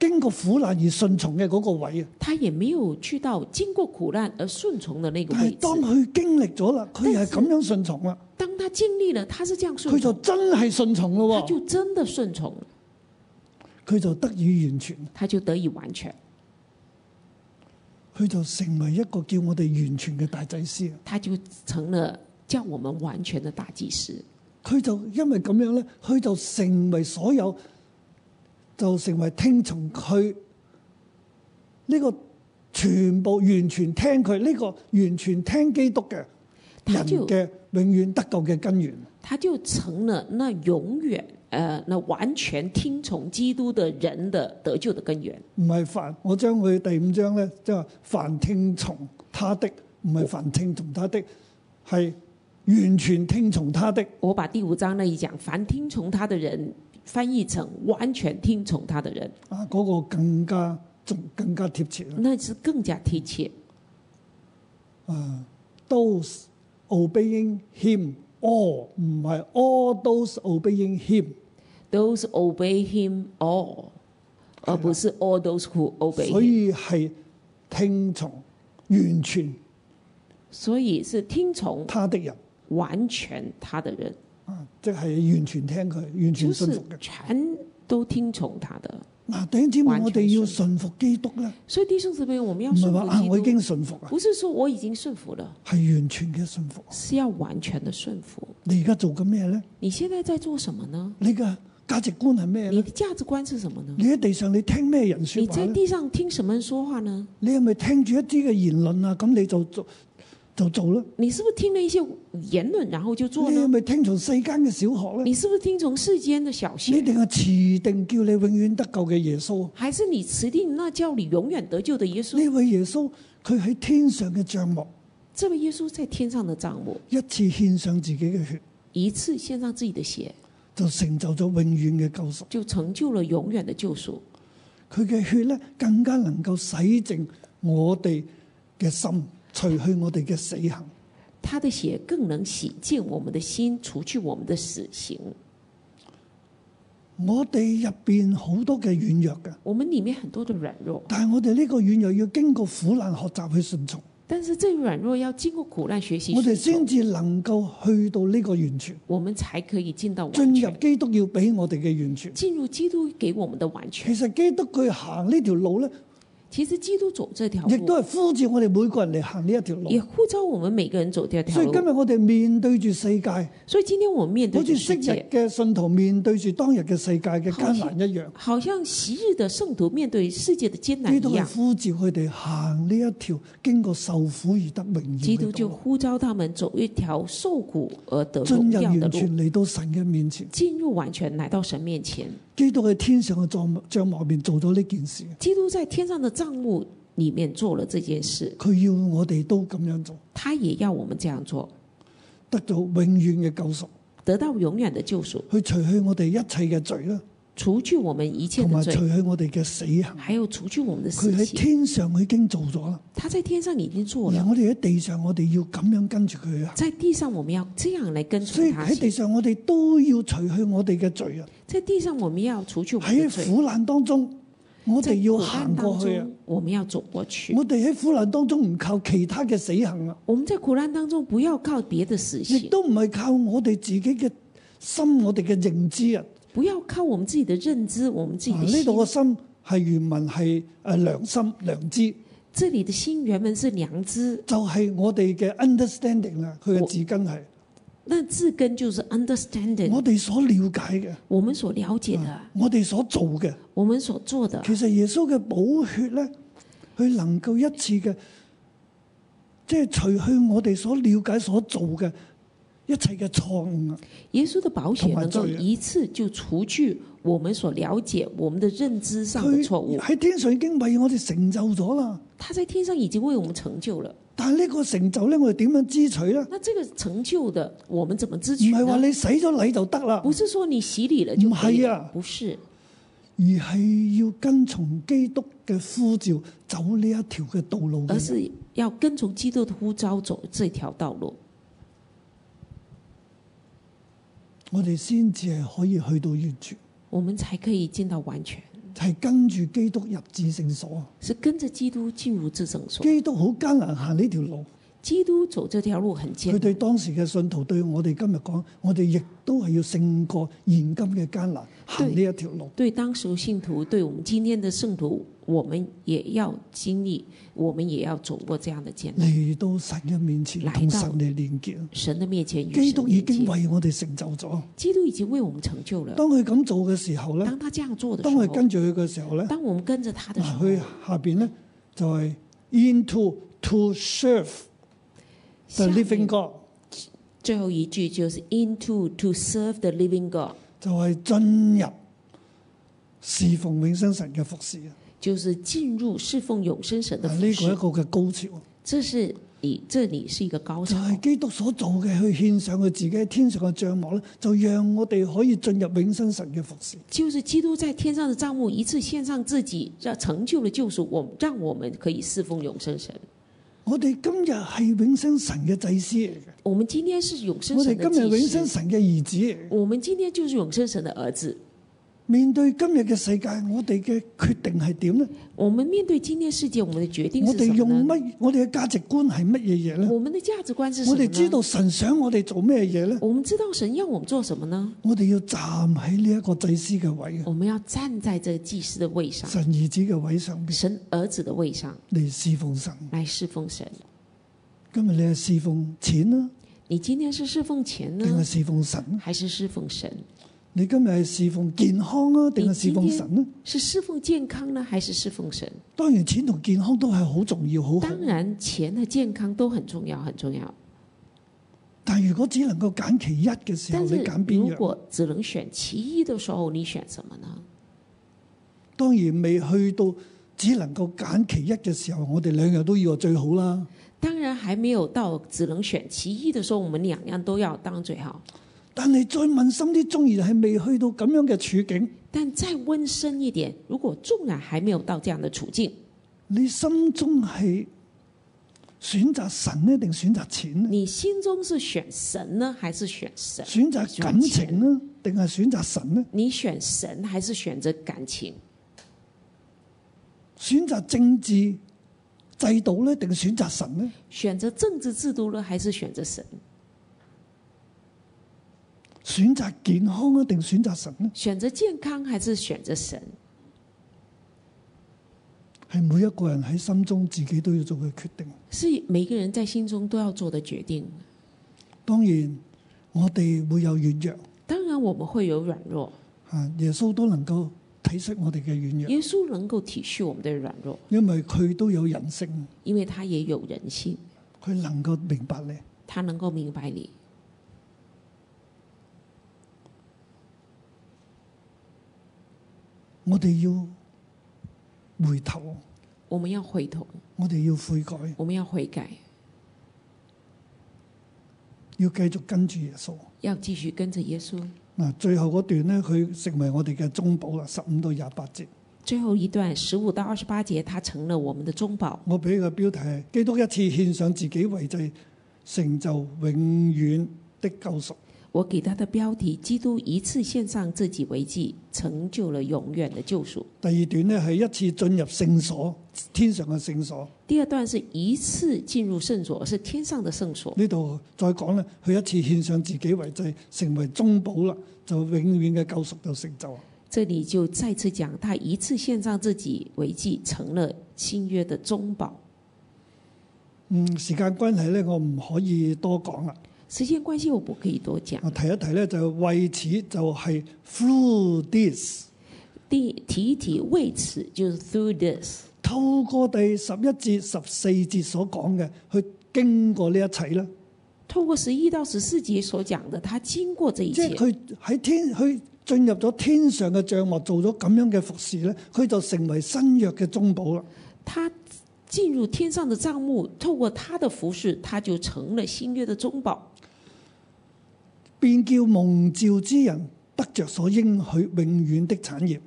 [SPEAKER 2] 經過苦難而順從嘅嗰個位啊。
[SPEAKER 3] 他也没有去到经过苦难而顺从的那个
[SPEAKER 2] 但
[SPEAKER 3] 位
[SPEAKER 2] 係當
[SPEAKER 3] 置。
[SPEAKER 2] 佢經歷咗啦，佢係
[SPEAKER 3] 但是
[SPEAKER 2] 咁樣順從啦，
[SPEAKER 3] 当他经历了，他是这样顺
[SPEAKER 2] 佢就
[SPEAKER 3] 从，
[SPEAKER 2] 真係順從
[SPEAKER 3] 他
[SPEAKER 2] 咯喎，
[SPEAKER 3] 就真的顺从了，
[SPEAKER 2] 佢就得以完全。
[SPEAKER 3] 他就得以完全，
[SPEAKER 2] 佢就成為一個叫我哋完全嘅大祭司。啊
[SPEAKER 3] 他就成了叫我们完全的大祭司。
[SPEAKER 2] 佢就因為咁樣咧，佢就成為所有，就成為聽從佢呢、個全部完全聽佢呢、個完全聽基督嘅人
[SPEAKER 3] 他就
[SPEAKER 2] 嘅永遠得救嘅根源。
[SPEAKER 3] 他就成了那永远呃那完全听从基督的人的得救的根源。
[SPEAKER 2] 唔係凡我將佢第五章咧，即係話凡聽從他的，唔係凡聽從他的，係完全聽從他的。
[SPEAKER 3] 我把第五章那一讲，凡听从他的人，翻译成完全听从他的人，
[SPEAKER 2] 啊，嗰、個更加仲更加貼切啦。啊
[SPEAKER 3] 那是更加贴切。
[SPEAKER 2] 啊 those obeying him all 唔係 all those obeying him，
[SPEAKER 3] Those obey him all，而不是 all those who obey
[SPEAKER 2] 所
[SPEAKER 3] him。
[SPEAKER 2] 以係聽從完全
[SPEAKER 3] 所以是听从
[SPEAKER 2] 他的人
[SPEAKER 3] 完全他的人，
[SPEAKER 2] 啊，即係完全聽佢，完全
[SPEAKER 3] 就
[SPEAKER 2] 信
[SPEAKER 3] 是
[SPEAKER 2] 服嘅。
[SPEAKER 3] 全都听从他的。
[SPEAKER 2] 嗱，弟兄姊妹，
[SPEAKER 3] 完全
[SPEAKER 2] 我哋要信服基督咧，
[SPEAKER 3] 所以弟兄姊妹，我们要
[SPEAKER 2] 唔係
[SPEAKER 3] 顺
[SPEAKER 2] 話啊，
[SPEAKER 3] 服
[SPEAKER 2] 我已
[SPEAKER 3] 基督，
[SPEAKER 2] 經信服啊，
[SPEAKER 3] 不是说我已经顺服了。
[SPEAKER 2] 係完全嘅信服。
[SPEAKER 3] 是要完全的顺服。
[SPEAKER 2] 你而家做緊咩咧？
[SPEAKER 3] 你现在在做什么呢？
[SPEAKER 2] 你嘅價值觀係咩
[SPEAKER 3] 你
[SPEAKER 2] 咧？
[SPEAKER 3] 的价值观是什么呢？
[SPEAKER 2] 嗯你喺地上你聽咩人
[SPEAKER 3] 你
[SPEAKER 2] 説話
[SPEAKER 3] 在
[SPEAKER 2] 咧？
[SPEAKER 3] 地上听什么人说话呢？
[SPEAKER 2] 你係咪聽住一啲嘅言論啊？咁你就做就做啦。
[SPEAKER 3] 你是不是听了一些言论然后就做
[SPEAKER 2] 你係
[SPEAKER 3] 呢？
[SPEAKER 2] 咪聽從世間嘅小學咧？
[SPEAKER 3] 你是不是听从世间的小
[SPEAKER 2] 你
[SPEAKER 3] 学？
[SPEAKER 2] 定係持定叫你永遠得救嘅耶穌？
[SPEAKER 3] 还是你持定那叫你永远得救的耶稣？
[SPEAKER 2] 呢位耶穌佢喺天上嘅帳幕
[SPEAKER 3] 这位耶稣在天上的账目，
[SPEAKER 2] 一次獻上自己嘅血，
[SPEAKER 3] 一次献上自己的血，
[SPEAKER 2] 就成就咗永遠嘅救贖。
[SPEAKER 3] 就成就了永远的救赎。
[SPEAKER 2] 佢嘅血咧更加能夠洗淨我哋嘅心，除去我哋嘅死行。
[SPEAKER 3] 他的血更能洗净我们的心，除去我们的死刑。
[SPEAKER 2] 我哋入邊好多嘅軟弱嘅，
[SPEAKER 3] 我们里面很多的软弱，
[SPEAKER 2] 但係我哋呢個軟弱要經過苦難學習去順從。
[SPEAKER 3] 但是这软弱要经过苦难学习
[SPEAKER 2] 我哋先
[SPEAKER 3] 顺从，
[SPEAKER 2] 至能夠去到呢個完全，
[SPEAKER 3] 我们才可以进到完
[SPEAKER 2] 進入
[SPEAKER 3] 全，
[SPEAKER 2] 基督要俾我哋嘅完全。
[SPEAKER 3] 进入基督给我们的完全。
[SPEAKER 2] 其實基督佢行呢條路咧，
[SPEAKER 3] 其实基督走这条
[SPEAKER 2] 亦都係
[SPEAKER 3] 路，
[SPEAKER 2] 呼召我哋每個人嚟行呢一條路。
[SPEAKER 3] 也呼召我们每个人走这条
[SPEAKER 2] 所以
[SPEAKER 3] 路
[SPEAKER 2] 今。日我哋面對住世界，好
[SPEAKER 3] 所以今天我们面对
[SPEAKER 2] 似
[SPEAKER 3] 的
[SPEAKER 2] 昔
[SPEAKER 3] 世
[SPEAKER 2] 日
[SPEAKER 3] 界，
[SPEAKER 2] 嘅信徒面對住當日嘅世界嘅艱難一樣，
[SPEAKER 3] 好像昔日的圣徒面对世界的艰难
[SPEAKER 2] 基
[SPEAKER 3] 一
[SPEAKER 2] 督係
[SPEAKER 3] 样，
[SPEAKER 2] 呼召佢哋行呢一條經過受苦而得榮耀
[SPEAKER 3] 基督
[SPEAKER 2] 嘅道
[SPEAKER 3] 就
[SPEAKER 2] 路，
[SPEAKER 3] 呼召他们走一条受苦而得
[SPEAKER 2] 進
[SPEAKER 3] 荣
[SPEAKER 2] 入
[SPEAKER 3] 耀的
[SPEAKER 2] 完
[SPEAKER 3] 路，
[SPEAKER 2] 全嚟到神嘅面前。
[SPEAKER 3] 进入完全来到神面前。
[SPEAKER 2] 基督喺天上嘅帳幕帳幕入面做咗呢件事，
[SPEAKER 3] 基督在天上的账目里面做了这件事，
[SPEAKER 2] 佢要我哋都咁樣做，
[SPEAKER 3] 他也要我们这样做，
[SPEAKER 2] 得到永遠嘅救贖，
[SPEAKER 3] 得到永远的救赎，
[SPEAKER 2] 去除去我哋一切嘅罪啦，
[SPEAKER 3] 除去我们一切
[SPEAKER 2] 同
[SPEAKER 3] 的
[SPEAKER 2] 埋
[SPEAKER 3] 罪
[SPEAKER 2] 除，去我哋嘅死行。
[SPEAKER 3] 还有除去我们的
[SPEAKER 2] 佢
[SPEAKER 3] 死
[SPEAKER 2] 喺
[SPEAKER 3] 刑。
[SPEAKER 2] 天嗯上已經做咗啦，
[SPEAKER 3] 他在天上已经做
[SPEAKER 2] 而
[SPEAKER 3] 了，
[SPEAKER 2] 我哋喺地上，我哋要咁樣跟住佢啊。
[SPEAKER 3] 在地上我们要这样来跟
[SPEAKER 2] 所
[SPEAKER 3] 随
[SPEAKER 2] 以
[SPEAKER 3] 他
[SPEAKER 2] 喺
[SPEAKER 3] 行
[SPEAKER 2] 地。上，我哋都要除去我哋嘅罪啊！
[SPEAKER 3] 在地上我们要除去我们的
[SPEAKER 2] 喺
[SPEAKER 3] 罪，
[SPEAKER 2] 苦難當中，我
[SPEAKER 3] 在
[SPEAKER 2] 哋要
[SPEAKER 3] 苦
[SPEAKER 2] 行
[SPEAKER 3] 难
[SPEAKER 2] 過
[SPEAKER 3] 当
[SPEAKER 2] 去啊！
[SPEAKER 3] 中我们要走过去。
[SPEAKER 2] 我哋喺苦難當中唔靠其他嘅死行啊，
[SPEAKER 3] 我们在苦难当中不要靠别的死
[SPEAKER 2] 亦
[SPEAKER 3] 刑，
[SPEAKER 2] 都唔係靠我哋自己嘅心，我哋嘅認知啊。
[SPEAKER 3] 不要靠我们自己的认知，我们自己
[SPEAKER 2] 啊
[SPEAKER 3] 的
[SPEAKER 2] 呢
[SPEAKER 3] 心。
[SPEAKER 2] 度嘅心係原文係誒良心良知，
[SPEAKER 3] 这里的心原本是良知，
[SPEAKER 2] 就係、我哋嘅 understanding 啦。佢嘅字根係
[SPEAKER 3] 那字根就是 understanding，
[SPEAKER 2] 我嗯哋所了解嘅，
[SPEAKER 3] 我们所了解的，
[SPEAKER 2] 我哋所做嘅。
[SPEAKER 3] 我们所做的。
[SPEAKER 2] 其實耶穌嘅寶血咧，佢能夠一次嘅，即係除去我哋所了解、所做嘅一切嘅錯誤啊！
[SPEAKER 3] 耶稣的保
[SPEAKER 2] 同
[SPEAKER 3] 险
[SPEAKER 2] 埋
[SPEAKER 3] 能够
[SPEAKER 2] 罪啊
[SPEAKER 3] 一次就除去我们所了解、我们的认知上的错
[SPEAKER 2] 佢
[SPEAKER 3] 误。
[SPEAKER 2] 喺天上已經為我哋成就咗啦。
[SPEAKER 3] 他在天上已经为我们成就了。
[SPEAKER 2] 但係呢個成就咧，我哋點樣支取咧？
[SPEAKER 3] 那这个成就的，我们怎么支
[SPEAKER 2] 唔
[SPEAKER 3] 取
[SPEAKER 2] 係話
[SPEAKER 3] 呢？
[SPEAKER 2] 你洗咗禮就得啦，
[SPEAKER 3] 不是说你洗礼了就可以
[SPEAKER 2] 啊
[SPEAKER 3] 了，不是，
[SPEAKER 2] 而係要跟從基督嘅呼召，走呢一條嘅道路嘅
[SPEAKER 3] 而
[SPEAKER 2] 人。
[SPEAKER 3] 是要跟从基督的呼召走这条道路，
[SPEAKER 2] 我哋先至係可以去到完全，
[SPEAKER 3] 我们才可以见到完全。
[SPEAKER 2] 係跟住基督入至聖所。啊
[SPEAKER 3] 是跟着基督进入至圣所。
[SPEAKER 2] 基督好艱難行呢條路。
[SPEAKER 3] 基督走这条路很艰
[SPEAKER 2] 佢對
[SPEAKER 3] 难，
[SPEAKER 2] 當時嘅信徒，對我哋今日講，我哋亦都係要勝過現今嘅艱難，行呢一條路。
[SPEAKER 3] 对当时信徒，对我们今天的圣徒，我们也要经历，我们也要走过这样的艰难。
[SPEAKER 2] 嚟到神嘅面前，
[SPEAKER 3] 嚟到
[SPEAKER 2] 同神嚟連結。
[SPEAKER 3] 神的面前与
[SPEAKER 2] 基
[SPEAKER 3] 神
[SPEAKER 2] 督
[SPEAKER 3] 连
[SPEAKER 2] 已經
[SPEAKER 3] 接
[SPEAKER 2] 為我哋成就咗。
[SPEAKER 3] 基督已经为我们成就了。
[SPEAKER 2] 當佢咁做嘅時候咧，
[SPEAKER 3] 当他这样做的
[SPEAKER 2] 當
[SPEAKER 3] 时候
[SPEAKER 2] 佢，跟啊住佢嘅時候咧，
[SPEAKER 3] 当我们跟着他的时
[SPEAKER 2] 嗱，
[SPEAKER 3] 候，
[SPEAKER 2] 佢下邊咧就係 into to serve the
[SPEAKER 3] 下面
[SPEAKER 2] living God，
[SPEAKER 3] 最后一句就是 into to serve the living God，
[SPEAKER 2] 就係進入侍奉永生神嘅服侍啊！
[SPEAKER 3] 就是进入侍奉永生神的
[SPEAKER 2] 嗱，
[SPEAKER 3] 服
[SPEAKER 2] 啊呢
[SPEAKER 3] 饰。
[SPEAKER 2] 個一個嘅高潮。
[SPEAKER 3] 这是你这里是一个高
[SPEAKER 2] 就
[SPEAKER 3] 潮，
[SPEAKER 2] 係基督所做嘅，去獻上佢自己喺天上嘅帳幕咧，就讓我哋可以進入永生神嘅服侍。
[SPEAKER 3] 就是基督在天上的账目一次献上自己，让成就了救赎，我们让我们可以侍奉永生神。
[SPEAKER 2] 我哋今日係永生神嘅祭司嚟嘅，
[SPEAKER 3] 我们今天是永生
[SPEAKER 2] 我
[SPEAKER 3] 神
[SPEAKER 2] 哋
[SPEAKER 3] 的
[SPEAKER 2] 今日
[SPEAKER 3] 祭
[SPEAKER 2] 永
[SPEAKER 3] 司
[SPEAKER 2] 生神嘅兒子嚟嘅。
[SPEAKER 3] 我们今天就是永生神的儿子。
[SPEAKER 2] 面對今日嘅世界，我哋嘅決定係點呢？
[SPEAKER 3] 我们面对今天世界，我们的决定
[SPEAKER 2] 我
[SPEAKER 3] 是
[SPEAKER 2] 哋
[SPEAKER 3] 什
[SPEAKER 2] 用
[SPEAKER 3] 么呢？
[SPEAKER 2] 乜？我哋嘅價值觀係乜嘢嘢呢？
[SPEAKER 3] 我们的价值观是什
[SPEAKER 2] 我
[SPEAKER 3] 么呢？
[SPEAKER 2] 哋知道神想我哋做咩嘢呢？
[SPEAKER 3] 我们知道神要我们做什么呢？
[SPEAKER 2] 我哋要站喺呢一個祭司嘅位嘅，
[SPEAKER 3] 我们要站在这个祭司的位上，
[SPEAKER 2] 神兒子嘅位上邊
[SPEAKER 3] 神儿子的位上
[SPEAKER 2] 嚟侍奉神。
[SPEAKER 3] 来侍奉神。
[SPEAKER 2] 今日你係侍奉錢啦，
[SPEAKER 3] 你今天是侍奉钱
[SPEAKER 2] 定係
[SPEAKER 3] 呢，
[SPEAKER 2] 侍奉神呢？啊
[SPEAKER 3] 还是侍奉神？
[SPEAKER 2] 你今日係侍奉健康啊，定係侍奉神呢？
[SPEAKER 3] 是侍奉健康呢，还是侍奉神？
[SPEAKER 2] 當然，錢同健康都係好重要，好好。
[SPEAKER 3] 当然，钱和健康都很重要，很重要。
[SPEAKER 2] 但如果只能夠揀其一嘅時候，
[SPEAKER 3] 但
[SPEAKER 2] 你
[SPEAKER 3] 是
[SPEAKER 2] 揀
[SPEAKER 3] 如
[SPEAKER 2] 邊樣？
[SPEAKER 3] 果只能选其一的时候，你选什么呢？
[SPEAKER 2] 當然未去到只能夠揀其一嘅時候，我哋兩樣都要係最好啦。
[SPEAKER 3] 当然还没有到只能选其一的时候，我们两样都要当最好。
[SPEAKER 2] 但係再問深啲，縱然係未去到咁樣嘅處境，
[SPEAKER 3] 但再温深一点，如果纵然还没有到这样的处境，
[SPEAKER 2] 你心中係選擇神呢，定選擇錢呢？
[SPEAKER 3] 你心中是选神呢，还是选神？
[SPEAKER 2] 選擇感情呢，定係選擇神呢？
[SPEAKER 3] 你选神还是选择感情？
[SPEAKER 2] 選擇政治制度咧，定選擇神咧？
[SPEAKER 3] 选择政治制度呢，还是选择神？
[SPEAKER 2] 選擇健康啊，定選擇神咧？
[SPEAKER 3] 选择健康还是选择神？
[SPEAKER 2] 係每一個人喺心中自己都要做嘅決定。
[SPEAKER 3] 是每个人在心中都要做的决定。
[SPEAKER 2] 當然，我哋會有軟弱，
[SPEAKER 3] 当然，我们会有软弱，
[SPEAKER 2] 啊，耶穌都能夠體恤我哋嘅軟弱，
[SPEAKER 3] 耶稣能够体恤我们的软弱，
[SPEAKER 2] 因為佢都有人性，
[SPEAKER 3] 因为他也有人性，
[SPEAKER 2] 佢能夠明白你。
[SPEAKER 3] 他能够明白你。
[SPEAKER 2] 我哋要回頭，
[SPEAKER 3] 我们要回头，
[SPEAKER 2] 我哋要悔改，
[SPEAKER 3] 我们要悔改，
[SPEAKER 2] 要繼續跟住耶穌。
[SPEAKER 3] 要继续跟着耶稣。
[SPEAKER 2] 嗱，最後嗰段咧，佢成為我哋嘅中保啦，十五到廿八節。
[SPEAKER 3] 最后一段十五到二十八节，他成了我们的中保。
[SPEAKER 2] 我俾嘅標題係基督一次獻上自己為祭，成就永遠的救贖。
[SPEAKER 3] 我给他的标题：基督一次献上自己为祭，成就了永远的救赎。
[SPEAKER 2] 第二段呢，係一次進入聖所，天上嘅聖所。
[SPEAKER 3] 第二段是一次进入圣所，是天上的圣所。
[SPEAKER 2] 呢度再講咧，佢一次獻上自己為祭，成為中保啦，就永遠嘅救贖就成就。
[SPEAKER 3] 这里就再次讲，他一次献上自己为祭，成了新约的中保。
[SPEAKER 2] 嗯，時間關係咧，我唔可以多講啦。
[SPEAKER 3] 时间关系，我不可以多讲。
[SPEAKER 2] 我提一提咧，就為此就係 through this，
[SPEAKER 3] 第提一提，为此就是 through this，
[SPEAKER 2] 透過第十一節、十四節所講嘅，去經過呢一切啦。
[SPEAKER 3] 透过十一到十四节所讲的，他经过这一
[SPEAKER 2] 即係
[SPEAKER 3] 切，
[SPEAKER 2] 佢喺天，佢進入咗天上嘅帳幕，做咗咁樣嘅服侍咧，佢就成為新約嘅中保啦。
[SPEAKER 3] 他进入天上的帐幕，透过他的服饰，他就成了新约的中保，
[SPEAKER 2] 便叫蒙召之人得着所應許永遠的產業。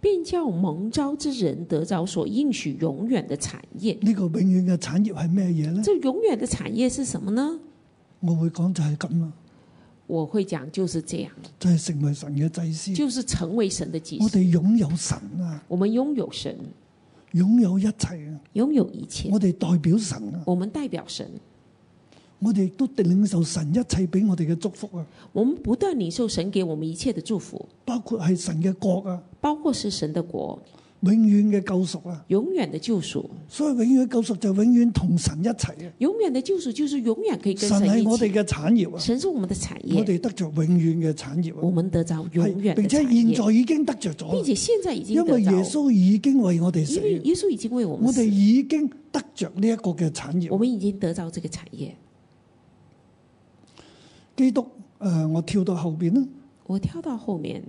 [SPEAKER 3] 便叫蒙召之人得着所应许永远的产业。
[SPEAKER 2] 呢、個永遠嘅產業係咩嘢呢？
[SPEAKER 3] 这永远的产业是什么呢？
[SPEAKER 2] 我會講就係咁啦，
[SPEAKER 3] 我会讲，就是这样，
[SPEAKER 2] 就係、成為神嘅祭司。
[SPEAKER 3] 就是成为神的祭
[SPEAKER 2] 我
[SPEAKER 3] 司。
[SPEAKER 2] 哋擁有神啊，
[SPEAKER 3] 我们拥有神，
[SPEAKER 2] 擁有一切啊，
[SPEAKER 3] 拥有一切。
[SPEAKER 2] 我哋代表神啊，
[SPEAKER 3] 我们代表神，
[SPEAKER 2] 我哋亦都領受神一切俾我哋嘅祝福啊，
[SPEAKER 3] 我们不断领受神给我们一切的祝福，
[SPEAKER 2] 包括係神嘅國啊，
[SPEAKER 3] 包括是神的国、
[SPEAKER 2] 永遠嘅救贖啊。
[SPEAKER 3] 永远的救赎。
[SPEAKER 2] 所以永遠嘅救贖就永遠同神一齊啊。
[SPEAKER 3] 永远的救赎就是永远可以跟
[SPEAKER 2] 神
[SPEAKER 3] 一
[SPEAKER 2] 係我哋
[SPEAKER 3] 起。
[SPEAKER 2] 嘅產業啊，
[SPEAKER 3] 神是我们的产
[SPEAKER 2] 我
[SPEAKER 3] 业，
[SPEAKER 2] 哋得着永遠嘅產業
[SPEAKER 3] 我
[SPEAKER 2] 啊，
[SPEAKER 3] 们得着永
[SPEAKER 2] 係
[SPEAKER 3] 远的
[SPEAKER 2] 並且
[SPEAKER 3] 产
[SPEAKER 2] 現
[SPEAKER 3] 业，
[SPEAKER 2] 在已經得着咗
[SPEAKER 3] 并
[SPEAKER 2] 啦。
[SPEAKER 3] 且现在已经
[SPEAKER 2] 因
[SPEAKER 3] 得
[SPEAKER 2] 為
[SPEAKER 3] 着
[SPEAKER 2] 耶。穌已經為我哋死
[SPEAKER 3] 因，为耶穌已经为我们
[SPEAKER 2] 我哋
[SPEAKER 3] 死，
[SPEAKER 2] 已經得着呢一個嘅產
[SPEAKER 3] 我
[SPEAKER 2] 業。
[SPEAKER 3] 们已经得着这个产业。
[SPEAKER 2] 基督，诶、我跳到後边啦，
[SPEAKER 3] 我跳到后面，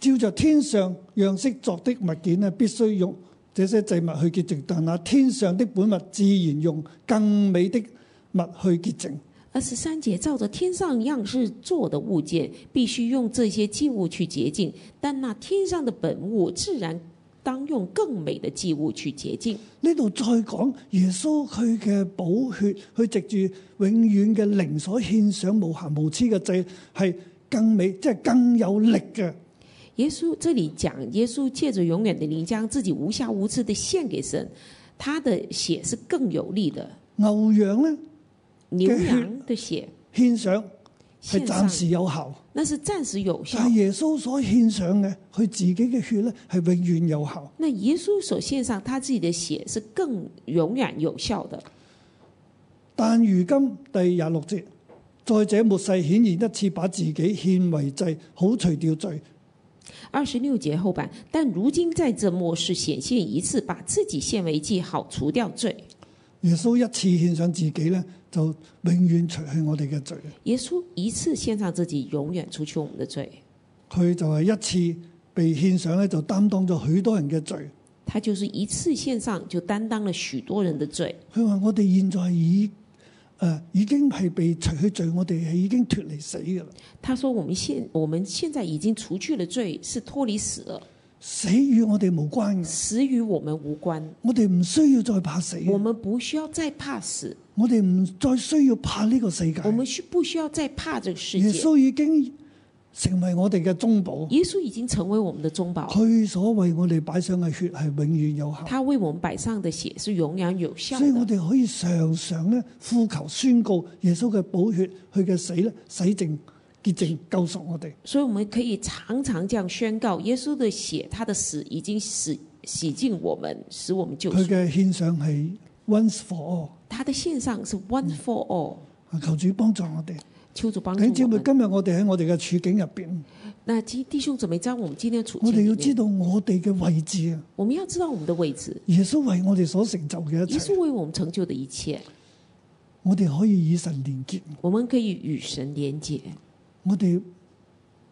[SPEAKER 2] 照着天上樣式作的物件咧，必須用這些祭物去潔淨，但那天上的本物自然用更美的物去潔淨。
[SPEAKER 3] 二十三节，照着天上样式做的物件，必须用这些祭物去洁净；但那天上的本物，自然当用更美的祭物去洁净。
[SPEAKER 2] 呢度再講耶穌佢嘅寶血，佢藉住永遠嘅靈所獻上無瑕無疵嘅祭，係更美，即係更有力嘅。
[SPEAKER 3] 耶稣这里讲，耶稣借着永远的灵，将自己无瑕无疵的献给神，他的血是更有力的。
[SPEAKER 2] 牛羊咧
[SPEAKER 3] 牛羊的血
[SPEAKER 2] 獻上係暫
[SPEAKER 3] 献上，
[SPEAKER 2] 時有效。
[SPEAKER 3] 那是暂时有效
[SPEAKER 2] 但。係耶穌所獻上嘅，佢自己嘅血咧係永遠有效。
[SPEAKER 3] 那耶稣所献上他自己的血是更永远有效的。
[SPEAKER 2] 但如今第廿六節，再者末世顯然一次把自己獻為祭，好除掉罪。
[SPEAKER 3] 二十六节后半，但如今在这末世显现一次，把自己献为祭，好除掉罪。
[SPEAKER 2] 耶穌一次獻上自己咧，就永遠除去我哋嘅罪。
[SPEAKER 3] 耶稣一次献上自己，永远除去我们的罪。
[SPEAKER 2] 佢就係一次被獻上咧，就擔當咗許多人嘅罪。
[SPEAKER 3] 他就是一次献上，就担当了许多人的罪。
[SPEAKER 2] 佢話：我哋現在已誒、呃已經係被除去罪，我哋係已經脱離死嘅啦。
[SPEAKER 3] 他说：“我们现我们现在已经除去了罪，是脱离死了，
[SPEAKER 2] 死與我哋無關嘅，
[SPEAKER 3] 死与我们无关，
[SPEAKER 2] 我哋唔需要再怕死，
[SPEAKER 3] 我们不需要再怕死，
[SPEAKER 2] 我哋唔再需要怕呢個世界
[SPEAKER 3] 我。们需不需要再怕这个世
[SPEAKER 2] 耶
[SPEAKER 3] 界？
[SPEAKER 2] 穌已經成為我哋嘅中保。
[SPEAKER 3] 耶稣已经成为我们的中保，
[SPEAKER 2] 佢所為我哋擺上嘅血係永遠有效，
[SPEAKER 3] 他为我们摆上的血是啊永远有效
[SPEAKER 2] 所以我
[SPEAKER 3] 的。
[SPEAKER 2] 哋可以常常咧呼求宣告耶穌嘅寶血，佢嘅死咧洗淨、潔淨、救贖我哋。
[SPEAKER 3] 所以我们可以常常这样宣告：耶稣的血，他的死已经洗洗净我们，使我们救
[SPEAKER 2] 佢
[SPEAKER 3] 赎。
[SPEAKER 2] 嘅獻上係 once for
[SPEAKER 3] 他的献上是 one for all，
[SPEAKER 2] all，求主幫助我哋。
[SPEAKER 3] 求主帮
[SPEAKER 2] 弟兄
[SPEAKER 3] 助
[SPEAKER 2] 姊
[SPEAKER 3] 我
[SPEAKER 2] 妹，
[SPEAKER 3] 们。
[SPEAKER 2] 今日我哋喺我哋嘅處境入邊，
[SPEAKER 3] 那弟弟兄姊妹，在我们今天的处
[SPEAKER 2] 我
[SPEAKER 3] 境
[SPEAKER 2] 哋
[SPEAKER 3] 里
[SPEAKER 2] 要知
[SPEAKER 3] 面，
[SPEAKER 2] 道我哋嘅位置啊！
[SPEAKER 3] 我们要知道我们的位置。
[SPEAKER 2] 耶穌為我哋所成就嘅一
[SPEAKER 3] 耶
[SPEAKER 2] 切，
[SPEAKER 3] 稣为我们成就的一切，
[SPEAKER 2] 我哋可以以神連結，
[SPEAKER 3] 我们可以与神连结，
[SPEAKER 2] 我哋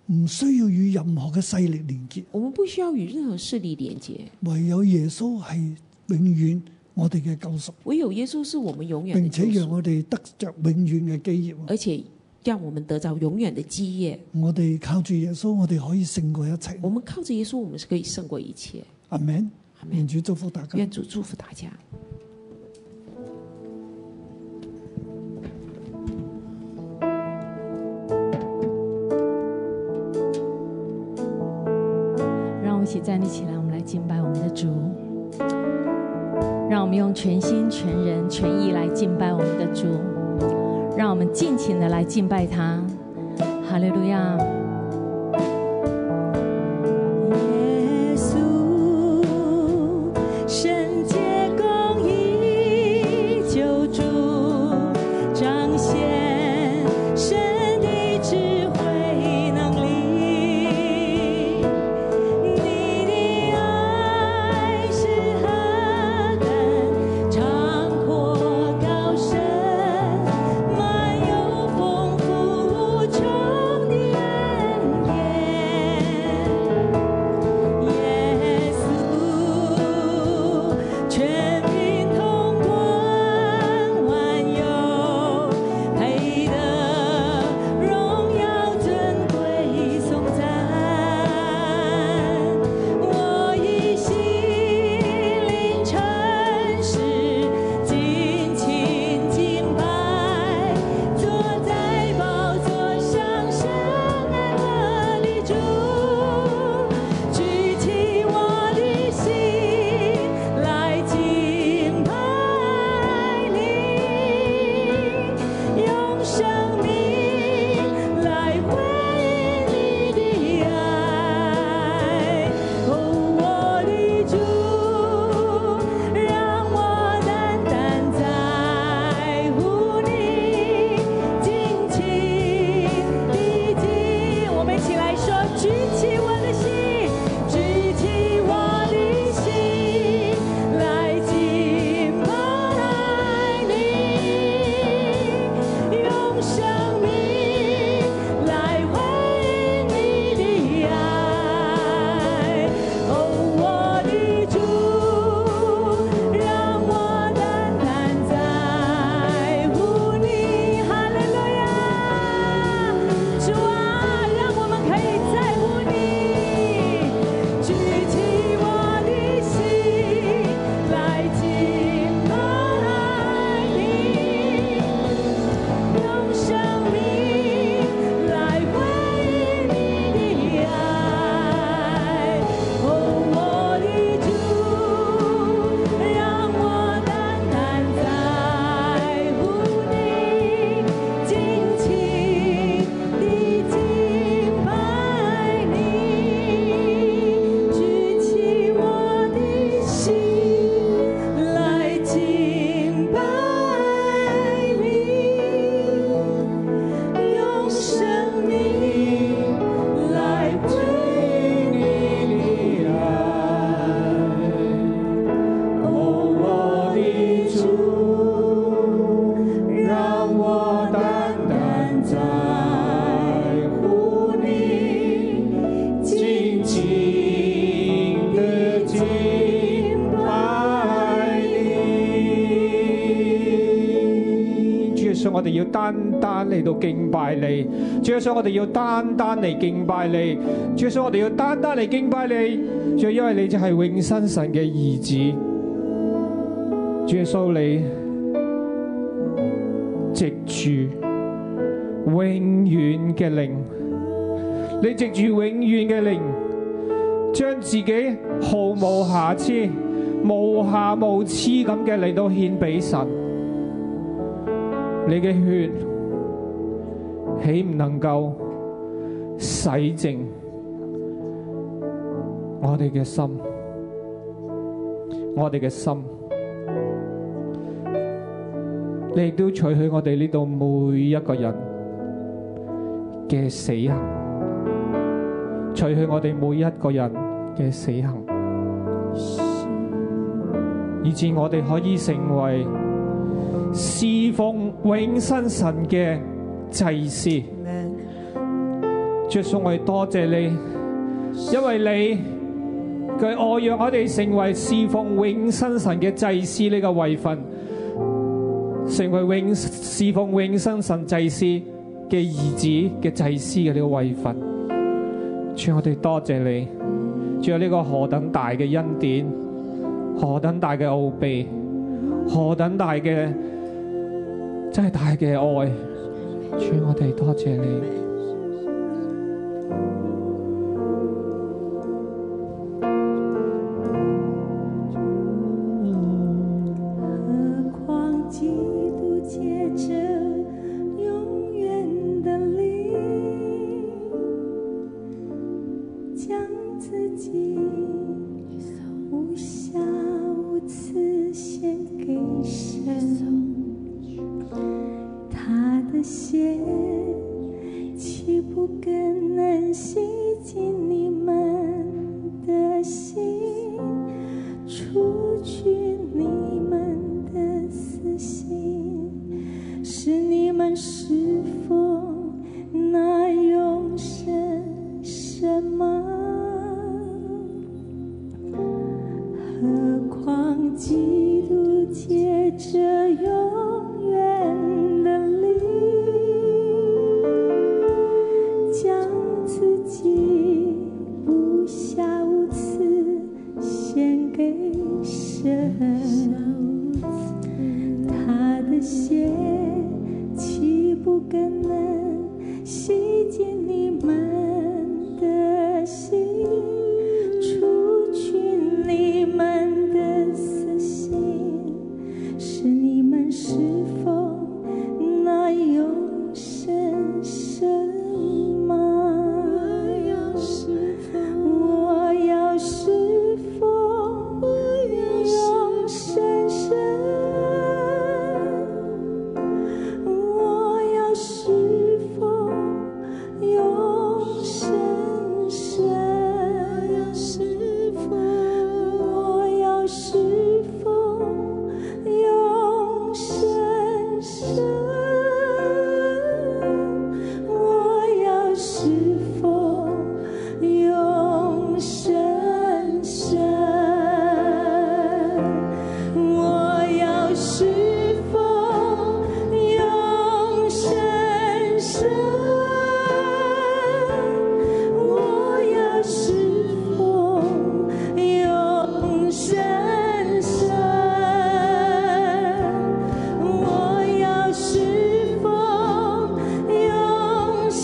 [SPEAKER 2] 唔需要與任何嘅勢力連結。
[SPEAKER 3] 我们不需要与任何势力连结，
[SPEAKER 2] 唯有耶穌係永遠我哋嘅救贖，
[SPEAKER 3] 唯有耶稣是我们永远的
[SPEAKER 2] 並且
[SPEAKER 3] 救
[SPEAKER 2] 讓
[SPEAKER 3] 赎，
[SPEAKER 2] 我哋得着永遠嘅基業。
[SPEAKER 3] 而且让我们得着永远的基业。
[SPEAKER 2] 我哋靠住耶穌，我哋可以勝過一切
[SPEAKER 3] 我。们靠着耶稣，我们是可以胜过一切。
[SPEAKER 2] 阿明，
[SPEAKER 3] 阿
[SPEAKER 2] 願
[SPEAKER 3] 门。
[SPEAKER 2] 主祝福大家。
[SPEAKER 3] 愿主祝福大家。
[SPEAKER 4] 让我们一起站立起来，我们来敬拜我们的主。让我们用全心、全人、全意来敬拜我们的主，让我们尽情的来敬拜他。哈利路亚！
[SPEAKER 5] 耶稣，圣洁公义救主，彰显神的智慧能力。你的爱是何等长阔高深，满有丰富无穷的恩典。耶稣，全民同冠万有，配得荣耀尊贵颂赞。我以心灵诚实尽情敬拜，坐在宝座上深爱我的主，举起我的心来敬拜你，用生命来回应你的爱。哦，我的主，让我单单在乎你，尽情地敬。我们一起来说，举起我的心，举起我的心来敬拜你，用生命来回应你的爱。哦，我的主，让我单单在乎你，哈利路亚！主啊，让我们可以在乎你，举起我的心来敬拜你，用生命来回应你的爱。哦，我的主，让我单单在乎你，尽情地敬拜你，举起我的心来敬拜你，用生命。来回你的爱，哦，我的主，让我单单在乎你，尽情地敬拜你。
[SPEAKER 6] 主耶穌，我哋要單單嚟到敬拜你。主耶穌，我哋要單單嚟敬拜你。主耶穌，我哋要單單嚟敬拜你。主，因為你就係永生神嘅兒子。主耶穌，你藉住永遠嘅靈，你藉住永遠嘅靈，將自己毫無瑕疵、無瑕無疵咁嘅嚟到獻俾神。你嘅血豈唔能夠洗淨我哋嘅心？我哋嘅心，你亦都取去我哋呢度每一個人嘅死行，除去我哋每一個人嘅死行，以至我哋可以成為侍奉永生神嘅祭司。主耶穌，我哋多謝你，因為你。佢愛讓我哋成為侍奉永生神嘅祭司呢個位份，成為永侍奉永生神祭司嘅兒子嘅祭司嘅呢個位份。主，我哋多謝你，主有呢個何等大嘅恩典，何等大嘅奧秘，何等大嘅真係大嘅愛。主，我哋多謝你。
[SPEAKER 5] 何况基督借着永远的灵，将自己无瑕无疵献给神，他的血岂不更能洗净你们的心？除去你们的私心，使你们侍奉那永生神吗？何况基督借着永远的灵，将自己无瑕无疵。献给神，他的血岂不更能洗净你们的心，除去你们的私心，使你们侍奉那永生神吗？我要侍奉永生神，我要侍奉永生神，我要侍奉，我要侍奉永生神。我要侍奉永生神，我要侍奉永生神，我要侍奉永生神。我要侍奉永生神，我要侍奉永生神，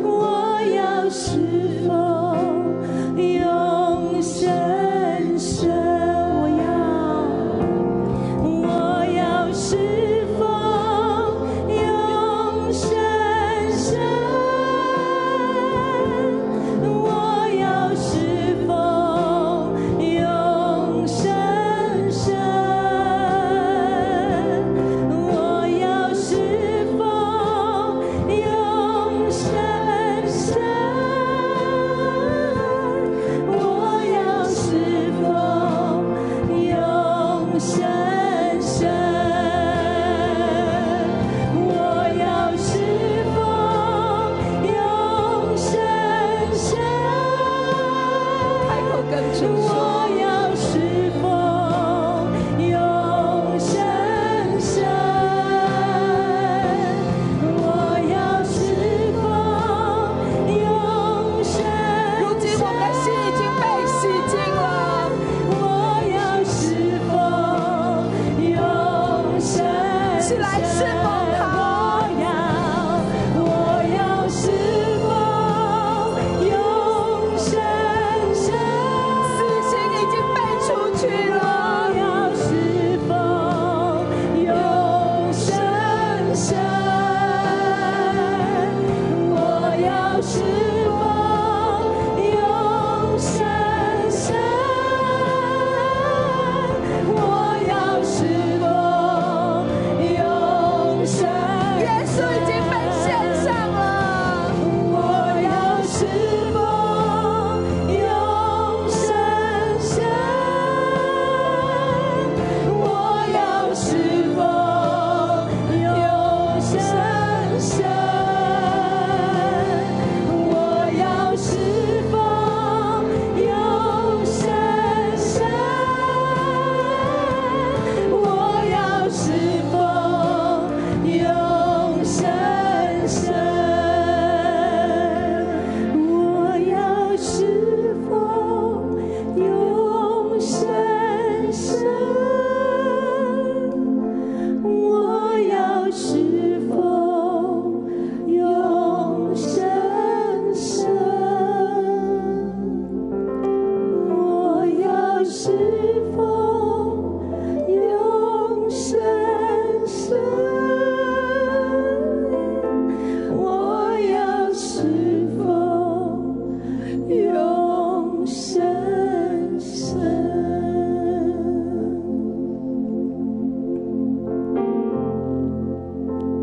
[SPEAKER 5] 我要，我要侍奉永生神。我要侍奉永生神，我要侍奉永生神，我要侍奉永生神，我要侍奉永生神。我要侍奉永生神，我要侍奉永生神。如今我们心已经被洗净了，我要侍奉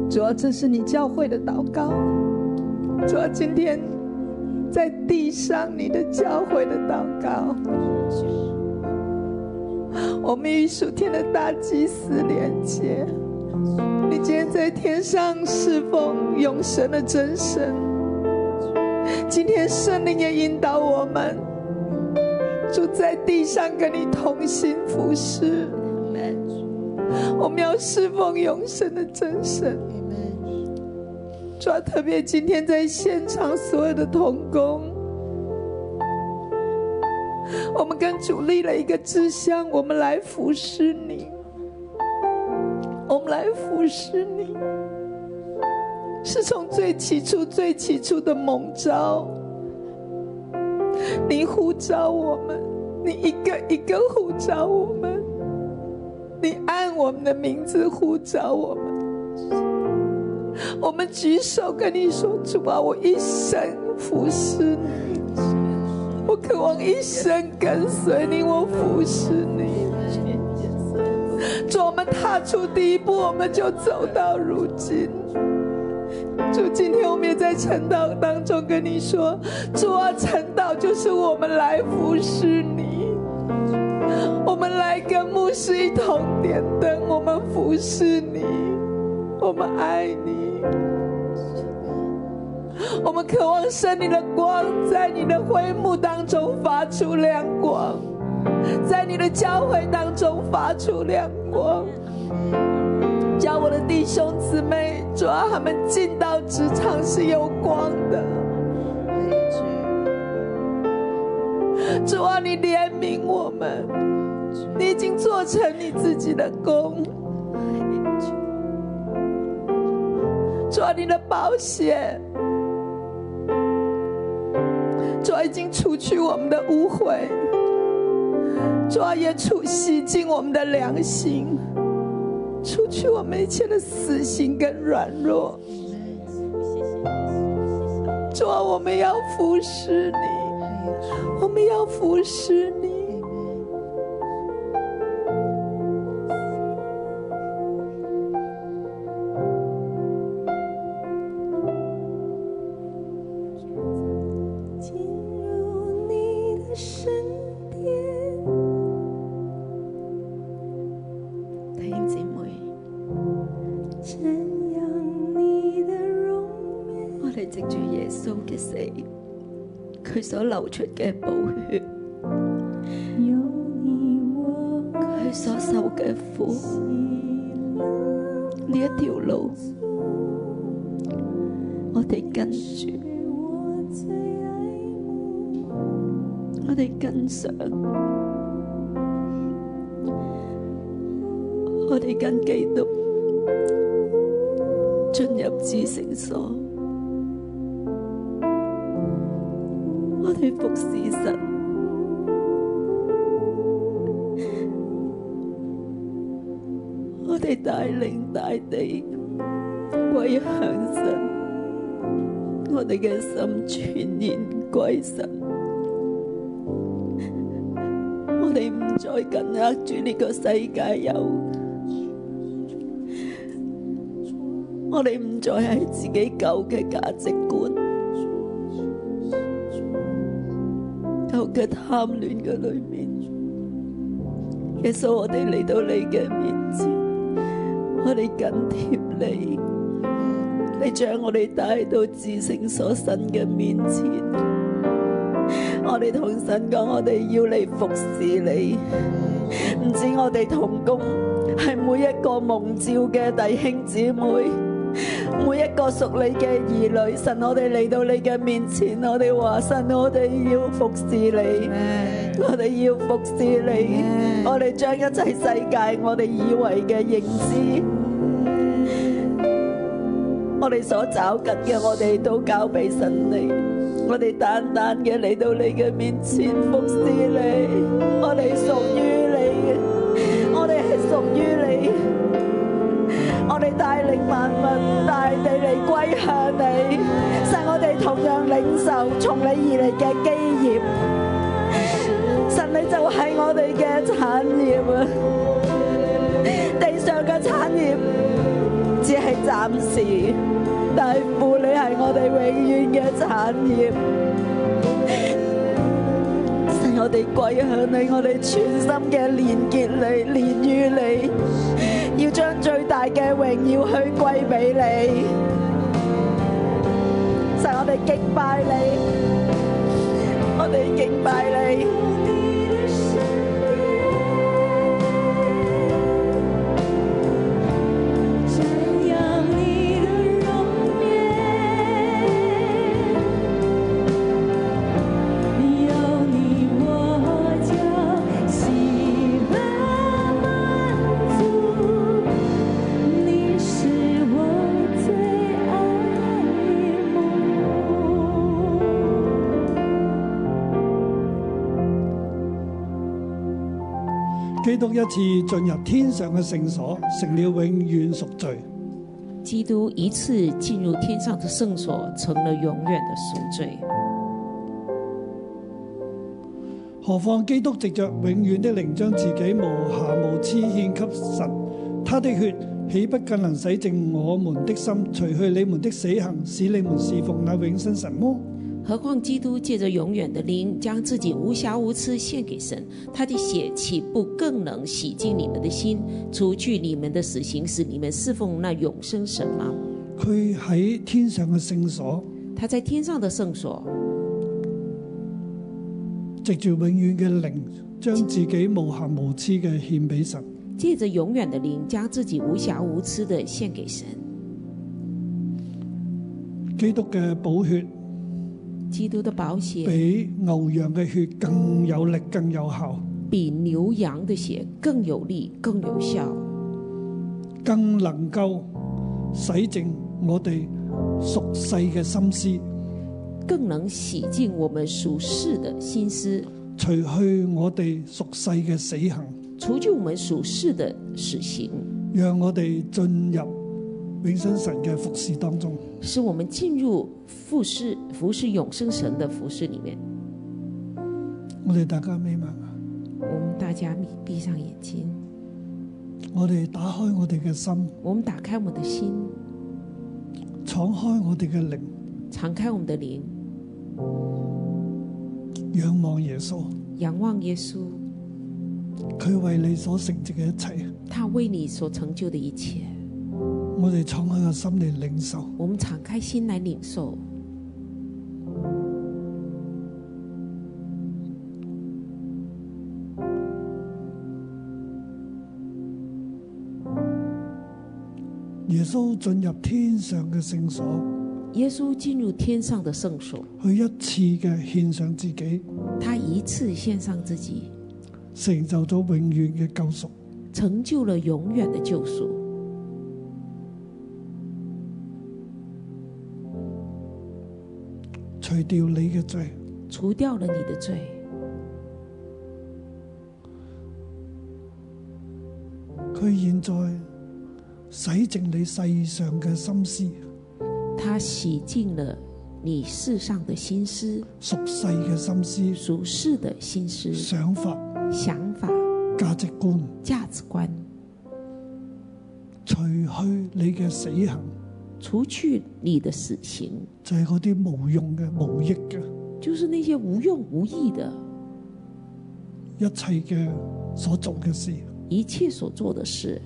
[SPEAKER 7] 主要这是你教会的祷告。主要今天在地上你的教会的祷告，我们与属天的大祭司连接。你今天在天上侍奉永神的真神，今天圣灵也引导我们，住在地上跟你同心服侍。我们要侍奉永生的真神。主要特别今天在现场所有的童工，我们跟主立了一个志向，我们来服侍你，我们来服侍你，是从最起初、最起初的蒙召，你呼召我们，你一个一个呼召我们。你按我们的名字呼召我们，我们举手跟你说：“主啊，我一生服侍你，我渴望一生跟随你，我服侍你。”主，我们踏出第一步，我们就走到如今。主，今天我们也在晨祷当中跟你说，主啊，晨祷就是我们来服侍你。我们来跟牧师一同点灯，我们服侍你，我们爱你，我们渴望圣灵的光在你的会幕当中发出亮光，在你的教会当中发出亮光。叫我的弟兄姊妹，主要他们进到职场是有光的。主啊，你怜悯我们，你已经做成你自己的工。主啊，你的宝血，主啊，已经除去我们的污秽，主啊，也除洗净我们的良心，除去我们一切的死心跟软弱。主啊，我们要服侍你。我们要服侍你。进入你的身边，弟兄姊妹，
[SPEAKER 8] 赞扬你的容颜。我哋藉住耶稣嘅死，佢所流出嘅宝血，佢所受嘅苦，呢一条路，我哋跟住，我哋跟上，我哋跟基督进入至圣所。我哋服侍神，我哋带领大地归向神，我哋嘅心全然归神，我哋唔再紧握住呢个世界有，我哋唔再系自己旧嘅价值观。舊嘅貪戀嘅裏面。耶穌，我哋嚟到你嘅面前，我哋緊貼你，你將我哋帶到至聖所神嘅面前。我哋同神講，我哋要嚟服侍你。唔止我哋同工，係每一個蒙召嘅弟兄姊妹。每一个属你嘅儿女，神，我哋嚟到你嘅面前，我哋话神，我哋要服侍你，我哋要服侍你，我哋将一切世界我哋以为嘅认知，我哋所找紧嘅，我哋都交俾神你。我哋单单嘅嚟到你嘅面前服侍你，我哋属于你嘅，我哋系属于你。我哋带领万民大地嚟归向你，神我哋同样领受从你而嚟嘅基业，神你就系我哋嘅产业啊！地上嘅产业只系暫時，但係父你係我哋永遠嘅產業。神，我哋歸向你，我哋全心嘅連結你，連於你，要將最大嘅榮耀去歸俾你。神，我哋敬拜你，我哋敬拜你。
[SPEAKER 5] 瞻仰你的容颜，有你我就喜乐满足。你是我最爱慕。
[SPEAKER 2] 基督一次進入天上嘅聖所，成了永遠贖罪。
[SPEAKER 3] 基督一次进入天上的圣所，成了永远的赎罪。
[SPEAKER 2] 何況基督藉着永遠的靈，將自己無瑕無疵獻給神，他的血岂不更能洗淨我們的心，除去你們的死行，使你們侍奉那永生神麼？
[SPEAKER 3] 何况基督借着永远的灵，将自己无瑕无疵献给神，他的血岂不更能洗净你们的心，除去你们的死刑，使你们侍奉那永生神吗？
[SPEAKER 2] 佢喺天上嘅聖所，
[SPEAKER 3] 他在天上的圣所，
[SPEAKER 2] 藉住永遠嘅靈，將自己無瑕無疵嘅獻俾神。
[SPEAKER 3] 借着永远的灵，将自己无瑕无疵的献给神。
[SPEAKER 2] 基督嘅寶血
[SPEAKER 3] 基督的宝血
[SPEAKER 2] 比牛羊嘅血更有力、更有效、
[SPEAKER 3] 比牛羊的血更有力、更有效，
[SPEAKER 2] 更能夠洗淨我哋屬世嘅心思。
[SPEAKER 3] 更能洗净我们属世的心思，
[SPEAKER 2] 除去我哋俗世嘅死行，
[SPEAKER 3] 除去我们属世的死刑，
[SPEAKER 2] 讓我哋進入永生神嘅服侍當中。
[SPEAKER 3] 使我们进入服侍服侍永生神的服侍里面。
[SPEAKER 2] 我哋大家眯埋眼，
[SPEAKER 3] 我们大家闭闭上眼睛，
[SPEAKER 2] 我哋打開我哋嘅心，
[SPEAKER 3] 我们打开我们的心，
[SPEAKER 2] 敞開我哋嘅靈，
[SPEAKER 3] 敞开我们的灵，
[SPEAKER 2] 仰望耶穌，
[SPEAKER 3] 仰望耶稣，
[SPEAKER 2] 佢為你所成就嘅一切，
[SPEAKER 3] 他为你所成就的一切。
[SPEAKER 2] 我哋敞開個心嚟領受。
[SPEAKER 3] 我们敞开心来领受，
[SPEAKER 2] 耶穌進入天上嘅聖所，
[SPEAKER 3] 耶稣进入天上的圣所，
[SPEAKER 2] 佢一次嘅獻上自己，
[SPEAKER 3] 他一次献上自己，
[SPEAKER 2] 成就咗永遠嘅救贖。
[SPEAKER 3] 成就了永远的救赎。
[SPEAKER 2] 除掉你嘅罪，
[SPEAKER 3] 除掉了你的罪，
[SPEAKER 2] 佢現在洗淨你世上嘅心思。
[SPEAKER 3] 他洗净了你世上的心思、
[SPEAKER 2] 俗世嘅心思、
[SPEAKER 3] 俗世的心思、
[SPEAKER 2] 想法、
[SPEAKER 3] 想法、
[SPEAKER 2] 價值觀，
[SPEAKER 3] 价值观，
[SPEAKER 2] 除去你嘅死行，
[SPEAKER 3] 除去你的死刑，
[SPEAKER 2] 就係嗰啲無用嘅、無益嘅
[SPEAKER 3] 就是那些无用无益的
[SPEAKER 2] 一切嘅所做嘅事，
[SPEAKER 3] 一切所做的事，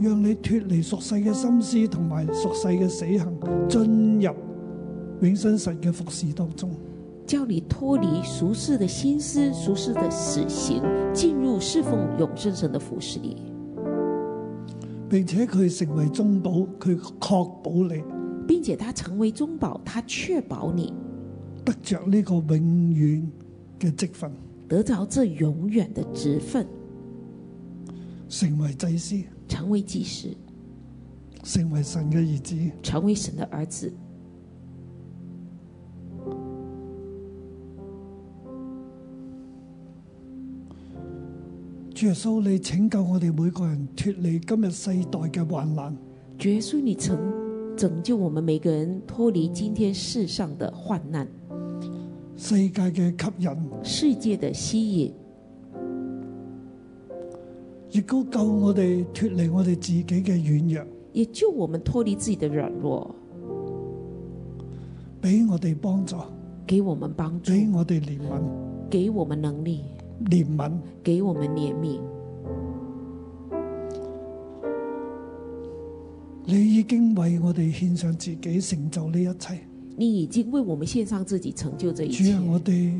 [SPEAKER 2] 讓你脱離俗世嘅心思同埋俗世嘅死行，進入永生神嘅服侍當中。
[SPEAKER 3] 叫你脱离俗世的心思、俗世的死刑，进入侍奉永生神的服饰里，
[SPEAKER 2] 並且佢成為中保，佢確保你
[SPEAKER 3] 并且他成为中保，他确保你
[SPEAKER 2] 得着呢個永遠嘅職分，
[SPEAKER 3] 得着这永远的职分，
[SPEAKER 2] 成為祭司，
[SPEAKER 3] 成为祭司，
[SPEAKER 2] 成為神嘅兒子。
[SPEAKER 3] 成为神的儿子。
[SPEAKER 2] 主耶穌，你拯救我哋每個人脱離今日世代嘅患難，
[SPEAKER 3] 主耶稣，你曾拯救我们每个人脱离今天世上的患难、
[SPEAKER 2] 世界嘅吸引、
[SPEAKER 3] 世界的吸引、
[SPEAKER 2] 亦都救我哋脱離我哋自己嘅軟弱，
[SPEAKER 3] 也救我们脱离自己的软弱，
[SPEAKER 2] 俾我哋幫助，
[SPEAKER 3] 给我们帮助，
[SPEAKER 2] 俾我哋憐憫，
[SPEAKER 3] 给我们能力，
[SPEAKER 2] 憐憫
[SPEAKER 3] 给我们怜悯。
[SPEAKER 2] 你已經為我哋獻上自己，成就呢一切。
[SPEAKER 3] 你已经为我们献上自己，成就这一
[SPEAKER 2] 主
[SPEAKER 3] 切
[SPEAKER 2] 啊，。我哋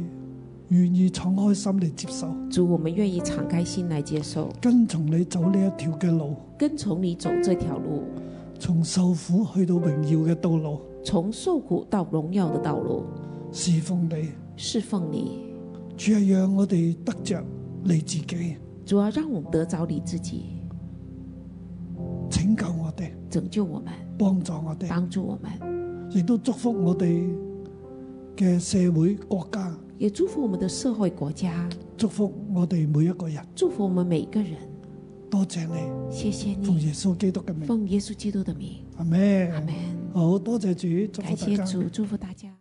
[SPEAKER 2] 願意敞開心嚟接受，
[SPEAKER 3] 主，我们愿意敞开心来接受，
[SPEAKER 2] 跟從你走呢一條嘅路，
[SPEAKER 3] 跟从你走这条路，
[SPEAKER 2] 從受苦去到榮耀嘅道路，
[SPEAKER 3] 从受苦到荣耀的道路，
[SPEAKER 2] 侍奉你。
[SPEAKER 3] 侍奉你。
[SPEAKER 2] 主啊，讓我哋得着你自己，
[SPEAKER 3] 主要让我们得着你自己，
[SPEAKER 2] 拯救我哋，
[SPEAKER 3] 拯救我们，
[SPEAKER 2] 幫助我哋，
[SPEAKER 3] 帮助我们，
[SPEAKER 2] 亦都祝福我哋嘅社會國家，
[SPEAKER 3] 也祝福我们的社会国家，
[SPEAKER 2] 祝福我哋每一個人。
[SPEAKER 3] 祝福我们每个人。
[SPEAKER 2] 多謝你，
[SPEAKER 3] 谢谢
[SPEAKER 2] 奉
[SPEAKER 3] 你，
[SPEAKER 2] 耶穌基督嘅名，
[SPEAKER 3] 奉耶稣基督的名，
[SPEAKER 2] 阿咩
[SPEAKER 3] 阿？门。
[SPEAKER 2] 好多謝主，祝
[SPEAKER 3] 感
[SPEAKER 2] 福
[SPEAKER 3] 谢
[SPEAKER 2] 大家。
[SPEAKER 3] 主，祝福大家。